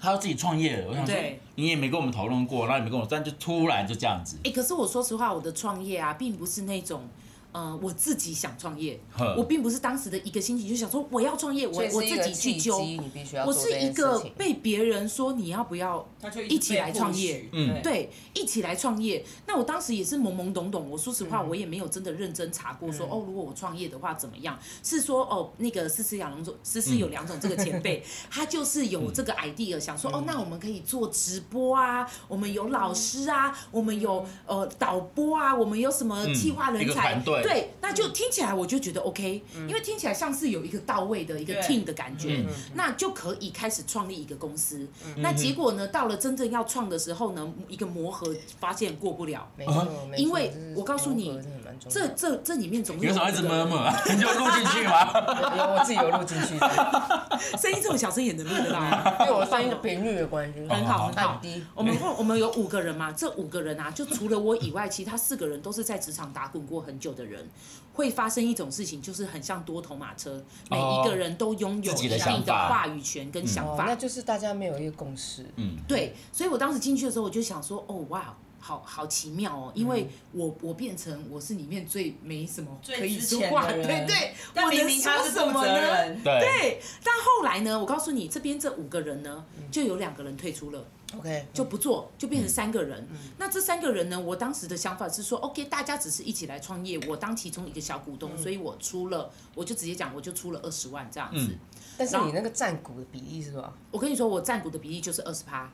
他要自己创业了，我想说对你也没跟我们讨论过，然后也没跟我，但就突然就这样子，哎、可是我说实话，我的创业啊，并不是那种。呃，我自己想创业呵，我并不是当时的一个心情就想说我要创业，我所以我是一自个己去契机，揪，你必须要我做是这一件个事情。被别人说你要不要他就一起来创业嗯对一起来创业，那我当时也是懵懵懂懂。我说实话，我也没有真的认真查过说、哦，如果我创业的话怎么样？是说哦，那个思思有两种，思思有两种这个前辈，他就是有这个嗯 idea，想说哦，那我们可以做直播啊，我们有老师啊，我们有呃导播啊，我们有什么嗯企划一人个才团，队对，那就听起来我就觉得 OK，、因为听起来像是有一个到位的一个对 team 的感觉嗯，那就可以开始创立一个公司。那结果呢，到了真正要创的时候呢，一个磨合发现过不了。没错啊，没错因为就是我告诉你融合真的蛮重要这这这里面总你为什么一直有一么个么啊？ 你就录进去吗？有有我自己有录进去的，声音这种小声也能录得到， 因为我声音的频率的关系，很好很好很低。我们后我们有五个人嘛，这五个人啊，就除了我以外，其他四个人都是在职场打滚过很久的人。会发生一种事情，就是很像多头马车，每一个人都拥有哦自己一的定想的法话语权跟想哦，法那。就是大家没有一个共识。嗯，对，所以我当时进去的时候，我就想说，哦，哇，好好奇妙哦，因为嗯我我变成我是里面最没什么最可以值说钱话，的对人对，但我明能明他说是什负么责呢？人，对，对，但后来呢？我告诉你，这边这五个人呢，就有两个人退出了， OK，就不做，就嗯变成三个人。那这三个人呢？我当时的想法是说，OK，大家只是一起来创业，我当其中一个小股嗯东，所以我出了，我就直接讲，我就出了二十万这样子。但是你那个占股的比例是吧？我跟你说，我占股的比例就是二十趴，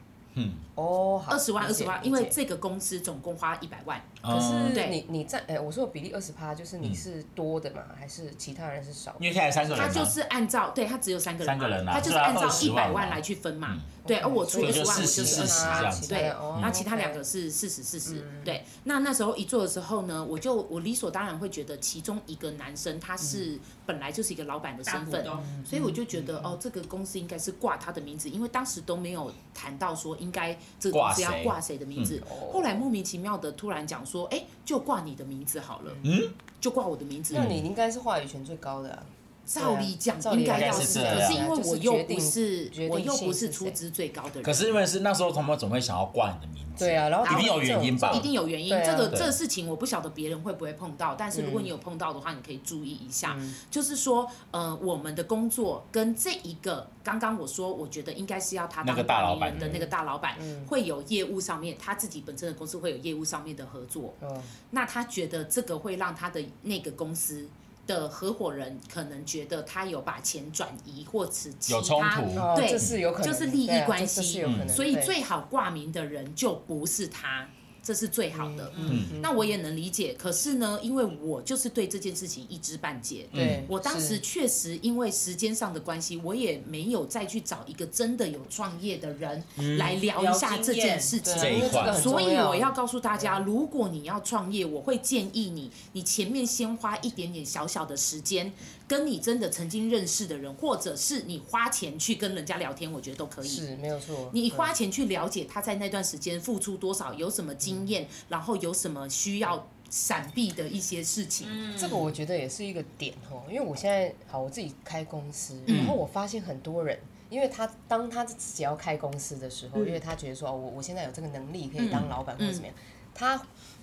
哦，好，二十万，二理解十万，理因为解这个公司总共花一百万。可嗯是对你你占，哎，我说的比例二十趴，就是你是多的嘛，还是其他人是少的？因为现在三个人他嘛，就是按照对他只有三个人嘛，三个人啊他就是所以他按照一20百万嘛万来去分嘛，对，啊而我出所二以十就万，我40就是40这样子对，然然后其他两个是四十四十，对。那那时候一做的时候呢，我就我理所当然会觉得其中一个男生他是本来就是一个老板的大身股份，东，所以我就觉得哦，这个公司应该是挂他的名字，因为当时都没有谈到说应该这个公司挂要谁挂谁的名嗯字。哦后来莫名其妙的突然讲说，哎，就挂你的名字好了，嗯，就挂我的名字。那你应该是话语权最高的啊。照理讲对啊应该要照理是，讲应可该是是因为我又不就是是决定我又不决定性是是出资最高的人，可是因为是那时候同胞总会想要挂你的名字，对啊，然后一定有原因吧一定有原因。对啊这个对嗯这个事情我不晓得别人会不会碰到，但是如果你有碰到的话，你可以注意一下。就是说，呃，我们的工作跟这一个刚刚我说，我觉得应该是要他那当个大老板嗯管理人的那个大老板会有业务上面，他自己本身的公司会有业务上面的合作。嗯那他觉得这个会让他的那个公司的合伙人可能觉得他有把钱转移，或是其有冲他突哦对这是有可能，就是利益对关系啊这是有可能。所以对最好挂名的人就不是他，这是最好的。嗯，那我也能理解。可是呢，因为我就是对这件事情一知半解，对，我当时是确实因为时间上的关系，我也没有再去找一个真的有创业的人来聊一下这件事情。对这一因为这块个很重所以我要要告诉大家，如果你要创业，我会建议你，你前面先花一点点小小的时间，跟你真的曾经认识的人，或者是你花钱去跟人家聊天，我觉得都可以。是没有错，嗯你花钱去了解他在那段时间付出多少，有什么经嗯验，然后有什么需要闪避的一些事情。嗯这个我觉得也是一个点哦，因为我现在好，我自己开公司，然后我发现很多人，因为他当他自己要开公司的时候，因为他觉得说哦，我我现在有这个能力可以当老板或者怎么样，他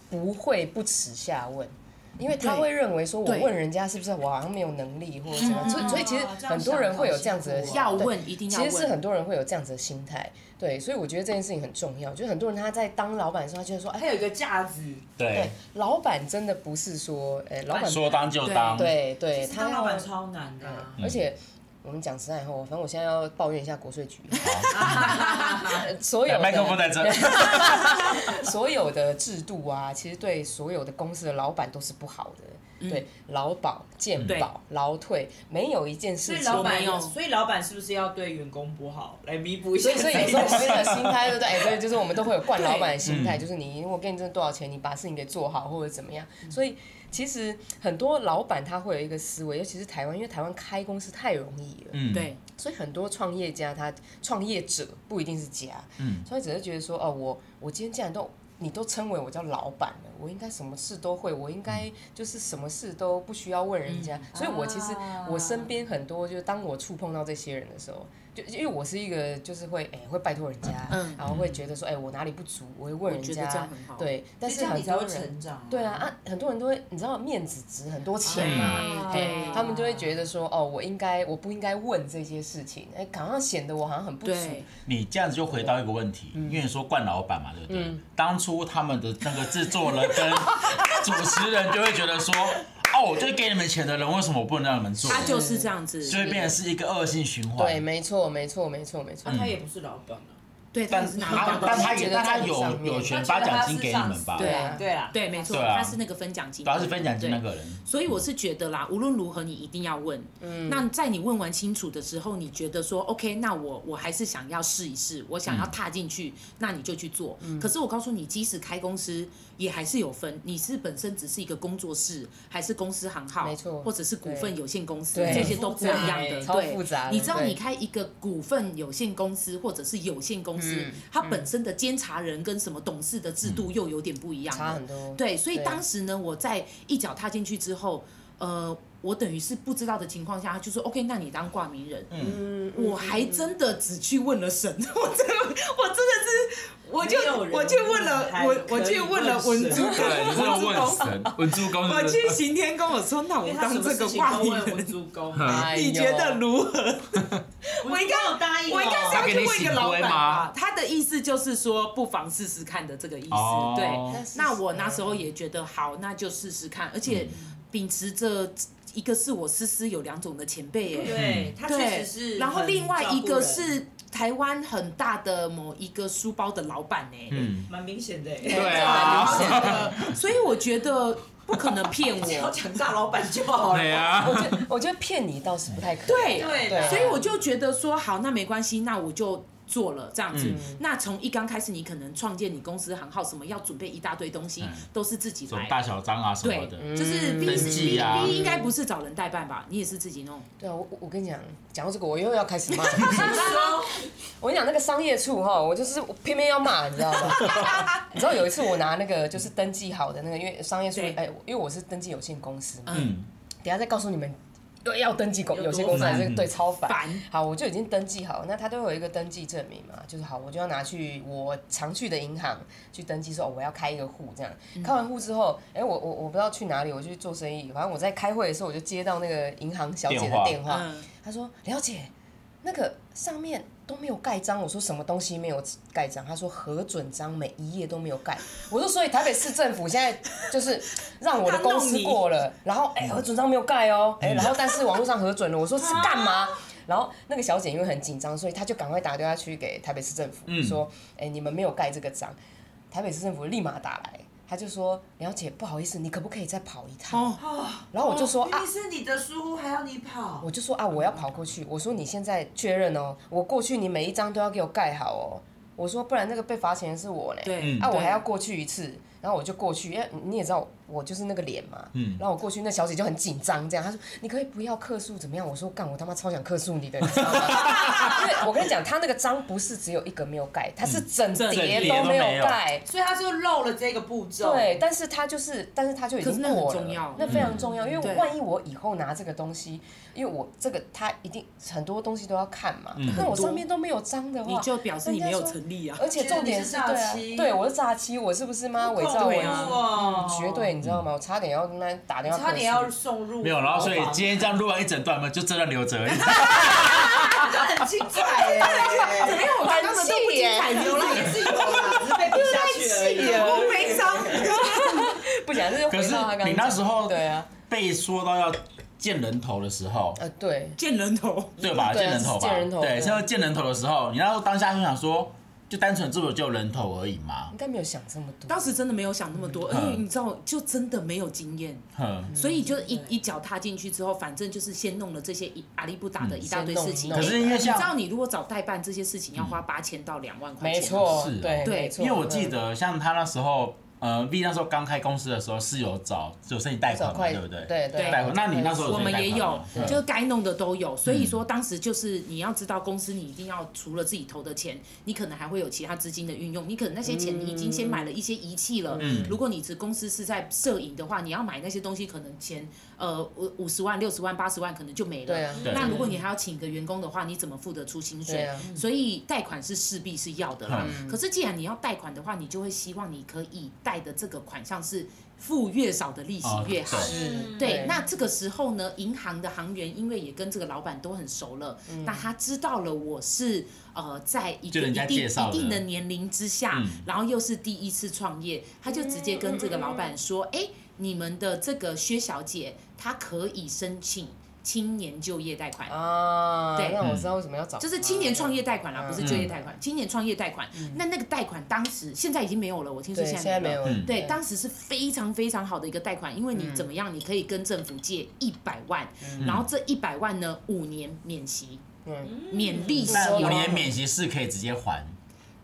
不会不耻下问。因为他对会认为说，我对问人家是不是我好像没有能力或者什么，所以所以其实哦这样很多想人好会有辛嗯这样子的苦哦要对问一定要其问，实是很多人会有这样子的心态，对，所以我觉得这件事情很重要。就是很多人他在当老板的时候，他就会说，它哎，有一个架子，对对，，老板真的不是说，哎，老板说当就当，对对，当他老板要超难的啊。嗯而且我们讲实在话，反正我现在要抱怨一下国税 局，呃所有来，麦克风的在这， 所有的制度啊，其实对所有的公司的老板都是不好的。嗯对，劳保、健对保、劳退，没有一件所事以情。老板嗯没有也，所以老板是不是要对员工不好，来弥补一下所以，自所己以的？有时候我们的心态，对不对？哎，对，就是我们都会有惯老板的心态，就是你我给你这多少钱，你把事情给做好或者怎么样。所以其实很多老板他会有一个思维，尤其是台湾，因为台湾开公司太容易了。嗯，对，所以很多创业家他创业者不一定是家，嗯创业者就觉得说，哦，我我今天既然都你都称为我叫老板了，我应该什么事都会，我嗯应该就是什么事都不需要问人家。所以我其实啊我身边很多，就是当我触碰到这些人的时候，就因为我是一个就是会哎、会拜托人家，嗯然后会觉得说哎、我哪里不足，我会问我人觉得家，这样很好对，但这是样很你才多会人。成长、啊。对啊，啊，很多人都会，你知道面子值很多钱对嘛，啊对对他们就会觉得说，哦，我应该，我不应该问这些事情，哎，好像显得我好像嗯很不足。对，你这样子就回到一个问题，因为你说冠老板嘛，对不对？当初他们的那个制作人跟主持人就会觉得说，哦，我就给你们钱的人，为什么我不能让你们做？他就是这样子，就会变成是一个恶性循对，环。没错，没错，没错，没错。嗯他也不是老板啊。对，他但是拿他到但他我也觉得但他在你上有面有权发奖金给你们吧？对啊对啦，对，没错，对啊他是那个分奖金，主要是分奖金那个人。所以我是觉得啦，无论如何你一定要问。嗯那在你问完清楚的时候，你觉得说 OK，那我我还是想要试一试，我嗯想要踏进去，那你就去做。可是我告诉你，即使开公司，也还是有分，你是本身只是一个工作室，还是公司行号，没错或者是股份对有限公司，对这些都不一样的，超对，复杂的你知道对你开一个股份有限公司或者是有限公司，嗯它本身的监察人跟什么董事的制度又有点不一样了，差很多对，所以对当时呢，我在一脚踏进去之后，呃，我等于是不知道的情况下，他就说 OK，那你当挂名人。嗯，我还真的只去问了神， 我真的，我真的是，我就没有人我去问了还，我可以我去问了问文神珠，对，你是要问神，问猪公 我是不去是？刑天跟我说，那因我为他当什么这事个情挂都名问文人，珠公，啊哎呦你觉得如何？我应该有答应哦，我应该是要他给去你问一个醒老龟板吗吧。他的意思就是说，不妨试试看的这个意思。哦对，是那我那时候也觉得好，那就试试看，而且嗯秉持着一个是我思思有两种的前辈耶，对，他确对实是，很然后另外一个照顾人是台湾很大的某一个书包的老板哎，嗯，蛮明显的欸，对啊，所以我觉得不可能骗 只要我，讲大老板就好了。对啊哦我，觉得 我觉得骗你倒是不太可能。对啊对对啦，所以我就觉得说，好，那没关系，那我就做了这样子。嗯那从一刚开始，你可能创建你公司行号，什么要准备一大堆东西，嗯都是自 己什么来。大小章啊什么对的，，就是登 B 是记 B 啊 B 应该不是找人代办吧？你也是 自己弄。对啊，我我跟你讲，讲到这个我又要开始骂。 我跟你讲，那个商业处哈，我就是我偏偏要骂，你知道吗？ 你知道有一次我拿那个就是登记好的那个，因为商业处对哎，因为我是登记有限公司嘛，嗯，等一下再告诉你们要要登记公有有些多公司还烦是对超烦烦。好，我就已经登记好了，那他都有一个登记证明嘛，就是好，我就要拿去我常去的银行去登记说，哦我要开一个户这样。开完户之后，哎、我我我不知道去哪里，我去做生意，反正我在开会的时候我就接到那个银行小姐电话的电话，嗯她说了解。那个上面都没有盖章，我说什么东西没有盖章？他说核准章每一页都没有盖。我说所以台北市政府现在就是让我的公司过了，然后哎、核准章没有盖哦，哎、然后但是网络上核准了，我说是干嘛？ 然后那个小姐因为很紧张，所以她就赶快打电话去给台北市政府、说，哎、你们没有盖这个章。台北市政府立马打来，他就说：“梁姐，不好意思，你可不可以再跑一趟？”哦，然后我就说：“明啊明，是你的疏忽，还要你跑我，就说啊，我要跑过去。我说你现在确认哦，我过去你每一张都要给我盖好哦。我说不然那个被罚钱的是我嘞。嗯对，嗯啊，我对还要过去一次，然后我就过去，因为你也知道我就是那个脸嘛，嗯，然后我过去，那小姐就很紧张，这样她说你可以不要客诉怎么样？我说干，我他妈超想客诉你的，你知道吗？ 因为我跟你讲，他那个章不是只有一个没有盖，他是整整叠叠都都没没有有盖，所以他就漏了这个步骤。对，，但是他就是，但是他就已可经是过那了，很重要那非常重要，因为我对万一我以后拿这个东西，因为我这个他一定很多东西都要看嘛，那我上面都没有章的话，你就表示你没有成立啊。而且重点是对其实你是啊诈欺，对我是诈欺，我是不是妈伪恐造怖伪哦，绝对，你知道吗？我差点要那打电话过去，差点要送入没有，然后所以牢房今天这样录完一整段嘛，就这段留着而 已。很精彩耶， 怎么样？我刚刚都不精彩，有啦，也是有啦，只是被比下去而已。我悲伤， 不讲这就回可是到他刚刚你那时候对啊，被说到要见人头的时候，呃对，见人头，对吧？对见啊人头吧，见人头对对，像见人头的时候，你那时候当下就想说，就单纯这不就人头而已嘛应，该没有想这么多，当时真的没有想那么多，而嗯且你知道，就真的没有经验，哼。嗯 所以就一一脚踏进去之后，反正就是先弄了这些一阿里不达的一大堆事嗯先情。弄一弄可是因为像你知道，你如果找代办这些事情，要花八千到两万块嗯没钱，错是，哦对对没错嗯因为我记得像他那时候，呃，V 那时候刚开公司的时候是有找有申请贷款找嘛，快对不对？对对，贷款。那你那时候有我申们请贷也款有吗，嗯就是该弄的都嗯有，所以说当时就是你要知道，公司你一定要除了自己投的钱，你可能还会有其他资金的运用，你可能那些钱你已经先买了一些仪器了。嗯如果你子公司是在摄影的话，你要买那些东西，可能钱呃五五十万、六十万、八十万可能就没了对啊。对那如果你还要请一个员工的话，你怎么付得出薪对水啊？嗯所以贷款是势必是要的啦。可是既然你要贷款的话，你就会希望你可以贷的这个款项是付越少的利息哦越好对。嗯对，那这个时候呢，银行的行员因为也跟这个老板都很熟了，那他知道了我是呃在一就个人一家定介绍一定的的年龄之下，嗯然后又是第一次创业，他就直接跟这个老板说：“哎、你们的这个薛小姐，她可以申请青年就业贷款。啊，对那我知道为什么要找，就是青年创业贷款啦，嗯不是就业贷款，青年创业贷款。那那个贷款当时现在已经没有了，我听说对，嗯现现在没没有了。了，嗯对，当时是非常非常好的一个贷款，因为你怎么样，你可以跟政府借一百万，嗯然后这一百万呢，五年免息，嗯免利息但哦。五年免息是可以直接还，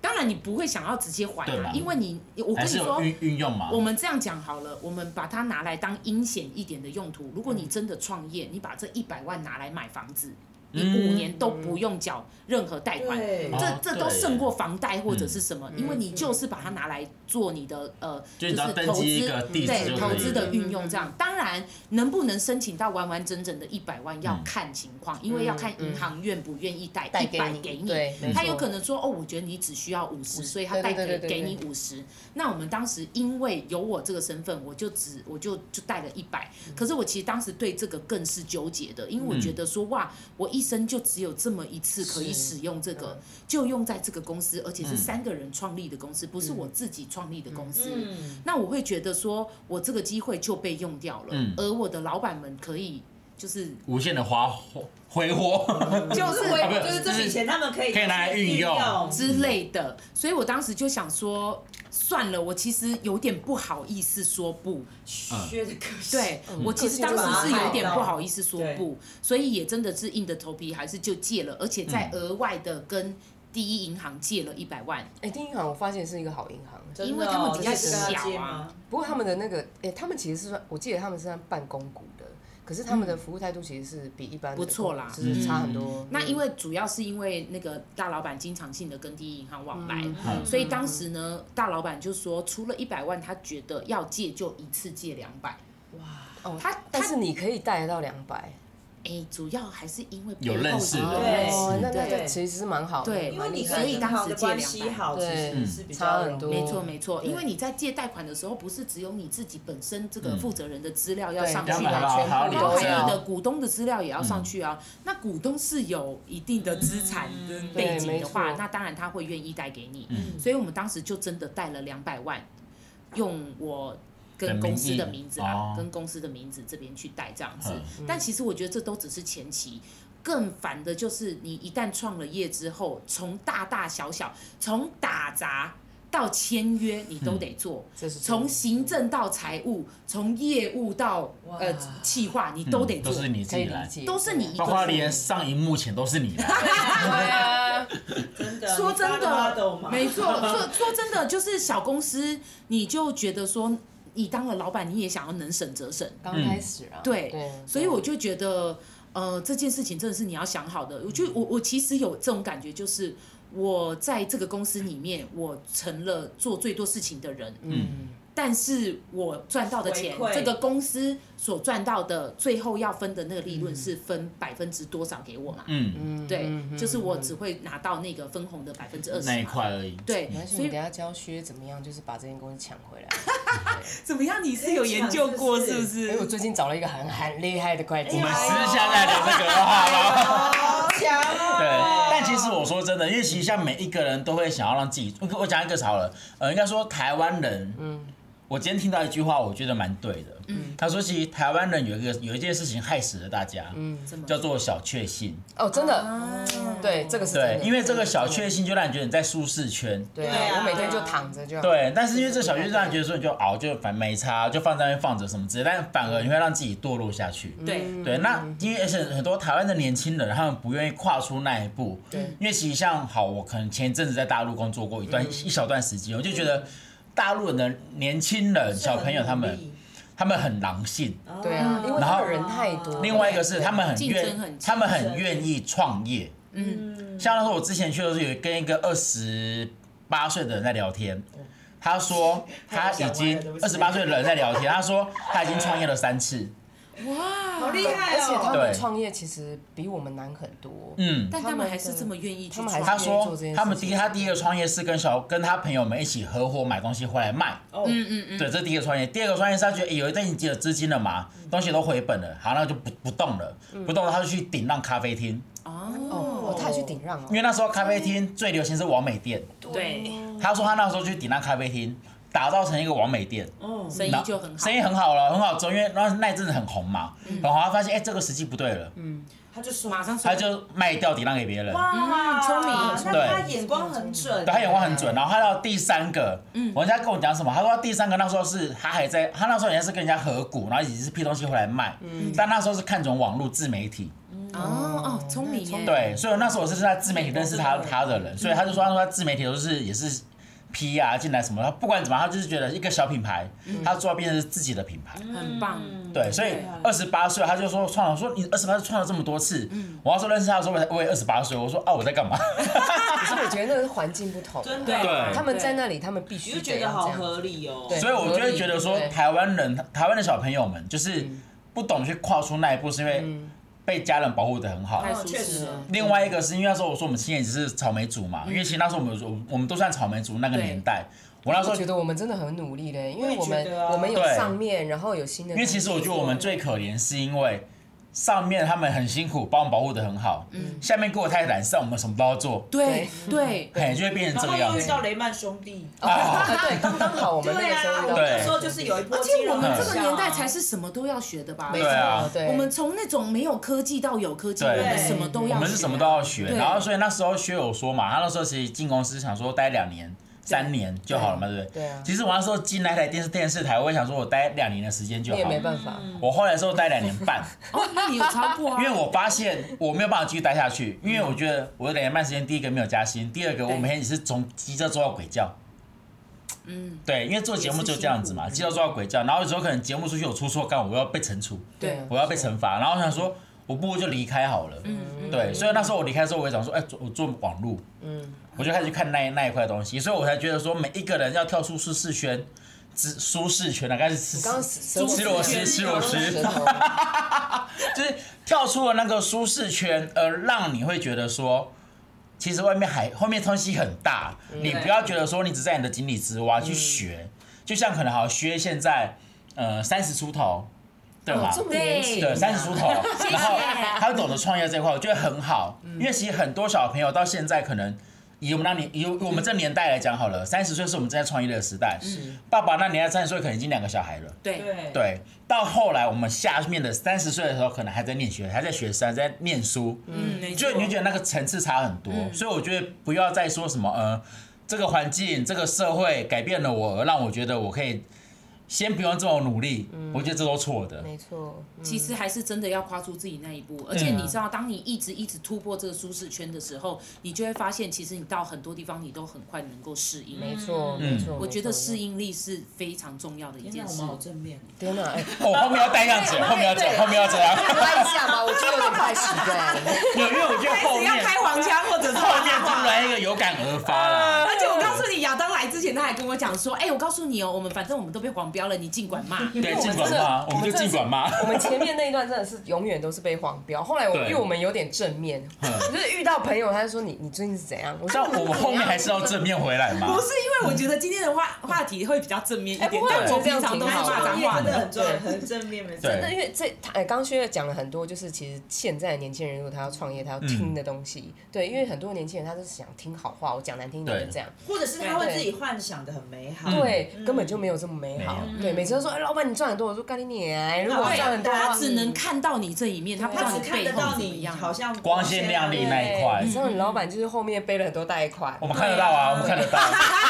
当然你不会想要直接还对啊吧，因为你我跟还你是有说。运运用嘛？我们这样讲好了，我们把它拿来当阴险一点的用途。如果嗯你真的创业，你把这一百万拿来买房子，你五年都不用缴任何贷款，对嗯哦这这都对嗯胜过房贷或者是什么，因为你就是把它拿来做你的呃，就你就是只要登投记一资个地址对就投可资以。嗯的运用这样。当然，能不能申请到完完整整的一百万要嗯看情况，因为要看银行愿不愿意贷贷一给百你给你对没。他错有可能说哦，我觉得你只需要五十，所以他对对贷对给对对给对你五十。那我们当时因为有我这个身份，我就只我就就贷了一百。可是我其实当时对这个更是纠结的，因为我觉得说哇，我一生就只有这么一次可以是使用这个，就用在这个公司，而且是三个人创立的公司，不是我自己创立的公司。嗯，那我会觉得说，我这个机会就被用掉了，嗯而我的老板们可以就是无限的花挥霍，就是啊不为是就是这笔钱他们可以可以拿来运用用之类的，所以我当时就想说，算了，我其实有点不好意思说不，学的可惜。对、嗯我其实当时是有点不好意思说对不，所以也真的是硬着头皮还是就借了，而且再嗯额外的跟第一银行借了一百万，哎，第一银行我发现是一个好银行，真的哦，因为他们比较这是跟他小啊借吗，不过他们的那个，哎，他们其实是算，我记得他们是算办公股的，可是他们的服务态度其实是比一般的嗯不错啦嗯就是差很多。嗯那因为主要是因为那个大老板经常性的跟第一银行往来，嗯所以当时呢，大老板就说，除了一百万，他觉得要借就一次借两百。哦，他但他是你可以贷得到两百，哎，主要还是因为有认识背的后有对认识哦，那那哎对这其实是蛮好的，对因为你所跟以银行当时的借关两系百。好，其对实是比差较很容易多没错没错，对因为你在借贷款的时候，不是只有你自己本身嗯这个负责人的资料要对上去两两百百吧，还啊，有全部然后两还都有要你千，的股东的资料也要上去啊。嗯那股东是有一定的资产跟背景的嗯对话，没错嗯那当然他会愿意贷给你。所以我们当时就真的贷了两百万，用我。跟公司的名字的名啊义哦，跟公司的名字这边去贷这样子嗯，但其实我觉得这都只是前期，更烦的就是你一旦创了业之后，从大大小小，从打杂到签约你嗯都得做，这是从行政到财务，从业务到呃哇企划，你都得嗯都做，是你自可以己理来，解，都是你一包括个连上荧幕前都是你来。对啊，真的，说你当真个 model 的嘛，没 错，说说真的，就是小公司，你就觉得说，你当了老板，你也想要能省则省，刚嗯开始啊，对，对，所以我就觉得，呃，这件事情真的是你要想好的。我嗯就我我其实有这种感觉，就是我在这个公司里面，我成了做最多事情的人，嗯，但是我赚到的钱回，馈这个公司所赚到的最后要分的那个利润是分百分之多少给我嘛？嗯，对嗯，就是我只会拿到那个分红的百分之二十那一块而已。嗯对没，关系，所你以等一下教薛怎么样，就是把这间公司抢回来。怎么样？你是有研究过是不哎，我是？最近找了一个很很厉害的会计我们师，私下再聊这个哎话吧。好强对哦。，但其实我说真的，因为其实像每一个人都会想要让自己，我我讲一个好了，呃，应该说台湾人，嗯，我今天听到一句话，我觉得蛮对的，嗯，他说其实台湾人有一个有一件事情害死了大家，嗯，怎么叫做小确幸，哦，真的，啊对，这个是真对的，，因为这个小确幸就让你觉得你在舒适圈，对对啊，啊我每天就躺着就好，对，但是因为这小确幸让你觉得说你就熬就反没差，就放在那边放着什么之类，但反而你会让自己堕落下去，嗯对，对，那因为而且很多台湾的年轻人，他们不愿意跨出那一步。对因为其实像好，我可能前一阵子在大陆工作过一段、嗯一小段时间，我就觉得大陆人的年轻人小朋友他很哦们努力他们很狼性，对啊，因为然后人太多，另外一个是对他们很竞愿争很他们竞很争愿意创业。嗯，像那时候我之前去的时候，有跟一个二十八岁的人在聊天。他说他已经对不起二十八岁的人在聊天，他说他已经创业了三次，好厉害而且他哦！们对创业其实比我们难很多，嗯，但他们还是这么愿意去他们还是他创这业。边做说这件事情他们第一他第一个创业是跟小跟他朋友们一起合伙买东西回来卖，嗯嗯，对，这是第一个创业。第二个创业是他觉得、欸有一阵子有资金了嘛，东西都回本了，好，那就不不动了，不动了他就去顶浪咖啡厅，哦，他还去顶让因哦，为那时候咖啡厅最流行是完美店，对，他嗯说他那时候去顶浪咖啡厅。打造成一个完美店，哦生意就很好生。意很好了，很好做，因为那那一阵子很红嘛，很红，他发现哎、欸这个时机不对了，他就说马上他说，就卖掉顶浪给别人，哇，嗯聪明那他眼光很准，对他眼光很准，然后他到第三个，嗯，人家跟我讲什么？他说他第三个那时候是他还在，他那时候人家是跟人家合股，然后也是批东西回来卖，嗯，但那时候是看准网络自媒体，哦哦，聪明耶。对，所以那时候我是在自媒体认识他他的人，所以他就说他说他自媒体都是也是批啊进来什么，他不管怎么样，他就是觉得一个小品牌，他做到变成是自己的品牌，很棒。嗯对，所以啊二十八岁他就说创了，我说你二十八岁创了这么多次，我要说认识他的时候我才我也二十八岁，我说啊我在干嘛？ 可是我觉得那是环境不同，啊真对的，啊对他们在那里，他们必你须就得觉得要好这样合理哦。对所以我就会觉得说对，台湾人、台湾的小朋友们就是不懂去跨出那一步，是因为被家人保护的很好。太哦确实是啊另外一个是因为那时候我说我们青年只是草莓族嘛，因为其实那时候我们我我们都算草莓族那个年代。我那时我候觉得我们真的很努力的，因为我我也们觉得啊我们有对上面，然后有新的因东为西做，其实我觉得我们最可怜是因为上面他们很辛苦，把我们保护的很好，下面给我太懒散，我们什么都要做，对对，哎，就会变成然这后个样又遇子。到雷曼兄弟，啊，啊，对，刚刚好我们那对个时啊，候遇我到，那时候就是有一波，而且我们这个年啊代才是什么都要学的吧？没对啊错，对，我们从那种没有科技到有科技，我对们什么都要学。我们是什么都要学，对然后所以那时候薛有说嘛，他那时候其实进公司想说待两年、三年就好了嘛，对不对？对啊其实我那时候进那台电视电视台，我也想说我待两年的时间就你也好没了。办法，嗯我后来的时候待两年 半，哦，那你有超过 啊？因为我发现我没有办法继续待下去，因为我觉得我有两年半时间，第一个没有加薪，第二个我每天也是从急着做到鬼叫。嗯，对，因为做节目就这样子嘛，急着做到鬼叫，然后有时候可能节目出去有出错，干我要被惩处。对啊我要被惩罚，然后我想说，我不如就离开好了。嗯对，所以那时候我离开的时候，我也想说，哎、做我做网路，嗯我就开始去看那那一块东西，所以我才觉得说，每一个人要跳出舒适圈，只舒适圈大概是吃刚刚吃吃螺丝，吃螺 丝，头，就是跳出了那个舒适圈，而让你会觉得说。其实外面还后面东西很大，嗯你不要觉得说你只在你的井底之蛙去学，就像可能好薛现在呃三十出头，对吧？这么年轻啊，对，三十 出头，谢嗯然后他懂得创业这一块，我觉得很好，因为其实很多小朋友到现在可能。以我们那年，以我们这年代来讲好了，三十岁是我们正在创业的时代。嗯爸爸那年代三十岁可能已经两个小孩了。对对对对，到后来我们下面的三十岁的时候，可能还在念学，还在学生，还在念书。嗯，没错嗯就你会觉得那个层次差很多，所以我觉得不要再说什么呃，这个环境、这个社会改变了我，而让我觉得我可以先不用这么努力，嗯我觉得这都错的。没错，其实还是真的要跨出自己那一步，而且你知道，当你一直一直突破这个舒适圈的时候，你就会发现，其实你到很多地方你都很快能够适应。没错，没错。我觉得是适应力是非常重要的一件天哪，我事们。好正面哦。天哪，哎，哦，后面要带样子，后面要讲，后面要怎样？拉一下嘛，我觉得有点太实在。没有，因为我觉得后你要面开黄腔或者是后面突然一个有感而发了。而且我告诉你，亚当来之前他还跟我讲说：“哎、我告诉你哦，我们反正我们都被黄标了，你尽管骂。对，我尽们管这骂，我我们们就这尽管骂。我们前面那一段真的是永远都是被黄标，后来我对因为我们有点正面，就是遇到朋友他就说你你最近是怎样？我说但啊我们后面还是要正面回来嘛。不是因为我觉得今天的话话题会比较正面一嗯哎点，不会但我我觉得这平样常都是挺好骂脏话真的的。很重要，很正面，没错。对那因为这他哎，刚刚薛讲了很多，就是其实现在的年轻人如果他要创业，他嗯要听的东西，对，因为很多年轻人他都是想听好话，我讲难听一点就对这样，或者是他会自己幻想的很美好。对，根本就没有这么美好，没对，每次都说哎，老板你赚很多，我说干你娘，如果我对赚很多的话，他只能看到你这一面，他不知他道只你看背得后到怎么你样。好像光鲜亮丽那一对块你知道你老板就是后面背了很多贷款，我们看得到啊，我们看得到。真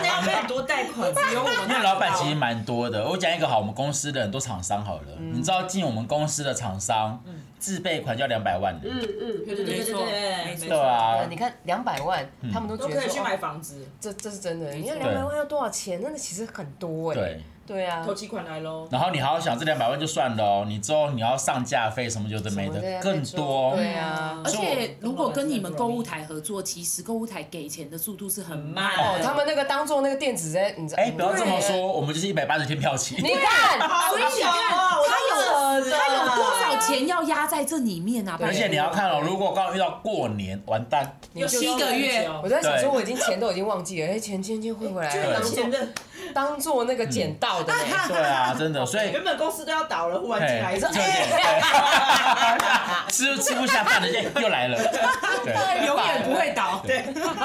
的要被很多贷款，只有我们因为老板其实蛮多的，我讲一个好，我们公司的很多厂商好了，你知道进我们公司的厂商自备款就要两百万的，对对对对对，没对错，对，啊你，看两百万，嗯他们都觉都得可以说去哦买房子，这这是真的，你看两百万要多少钱？那个其实很多哎，对。对啊投，期款来喽。然后你还要想这两百万就算了哦，你之后你要上架费什么有的没什么的的更多，对啊而所以我且如果跟你们购物台合作，其实购物台给钱的速度是很慢很哦慢的。他们那个当做那个电子在，你知道？哎，不要这么对，说，我们就是一百八十天票期，你看，所以你看，他有他有多少钱要压在这里面啊？而对且你要看哦，如果刚好遇到过年，完蛋，你就七个月我在想说，我已经钱都已经忘记了，哎，钱钱钱汇回来了，有当钱做的，当做那个捡到的呢。对啊，真的， 所以哎原本公司都要倒了，忽然进来哎嘿一这个有 点对吃吃不下饭的就又来了，对。永远不会倒。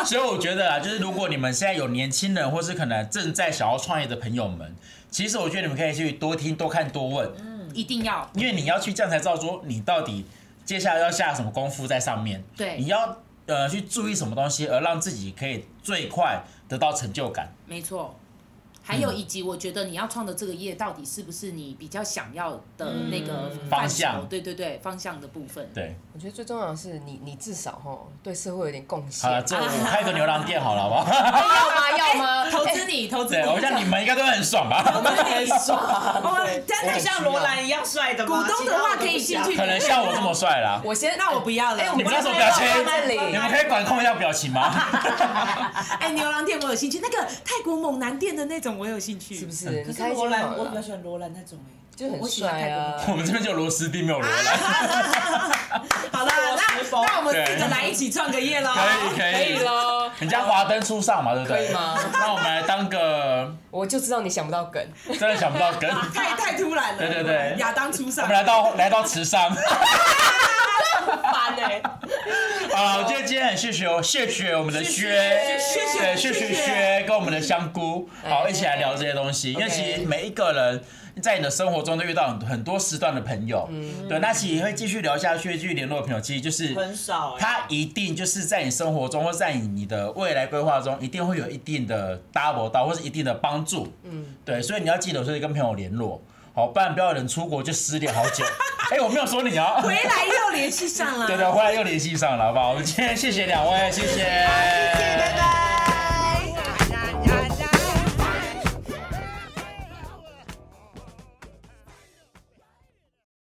所以我觉得啊，就是如果你们现在有年轻人，或是可能正在想要创业的朋友们，其实我觉得你们可以去多听、多看、多问，嗯一定要因为你要去这样才知道说你到底接下来要下什么功夫在上面。对你要呃去注意什么东西，而让自己可以最快得到成就感。没错。还有以及，我觉得你要创的这个业到底是不是你比较想要的那个范方畴向对对对，方向的部分。对，我觉得最重要的是，你你至少吼对社会有点贡好献了，，这我开个牛郎店好了，好不好？ 哎要吗？要吗？投资你，投资对，我想你们应该都很爽吧？很哎爽。哦，他太像罗兰一样帅的股吗？东的话可以进 去，可能像我这么帅啦。我先，那我不要了哎，我你们不那要什么表情放在那？你里们可以管控一下表情 吗？哎，牛郎店我有兴趣，那个泰国猛男店的那种我有兴趣，是不是？是？可你是开罗心兰，好我比较了，喜欢罗兰那种哎。就我很喜欢帅啊泰。我们这边就有螺丝钉，没有罗兰。好啦，啊那那我们四个对来一起创个业喽。可以可以啊可以喽，人家华灯初上嘛，对不对？可以吗那我们来当个 我就知道你想不到梗。真的想不到梗，太太突然了。对对对亚当出我上们。来到来到慈商。烦哎，啊，我觉得今天很谢谢哦，谢谢我们的薛，谢谢对，谢谢谢谢薛跟我们的香菇，好，哎一起来聊这些东西。因为 OK 其实每一个人在你的生活中都遇到很很多时段的朋友，对，那其实会继续聊下去，继续联络的朋友，其实就是很少哎。他一定就是在你生活中，或在你你的未来规划中，一定会有一定的 double 到，或是一定的帮助。嗯，对，所以你要记得，所以跟朋友联络，好，不然不要有人出国就失联好 久。哎、我没有说你啊，回来又联系上 了。对对，回来又联系上了，好不好？我们今天谢谢两位，谢谢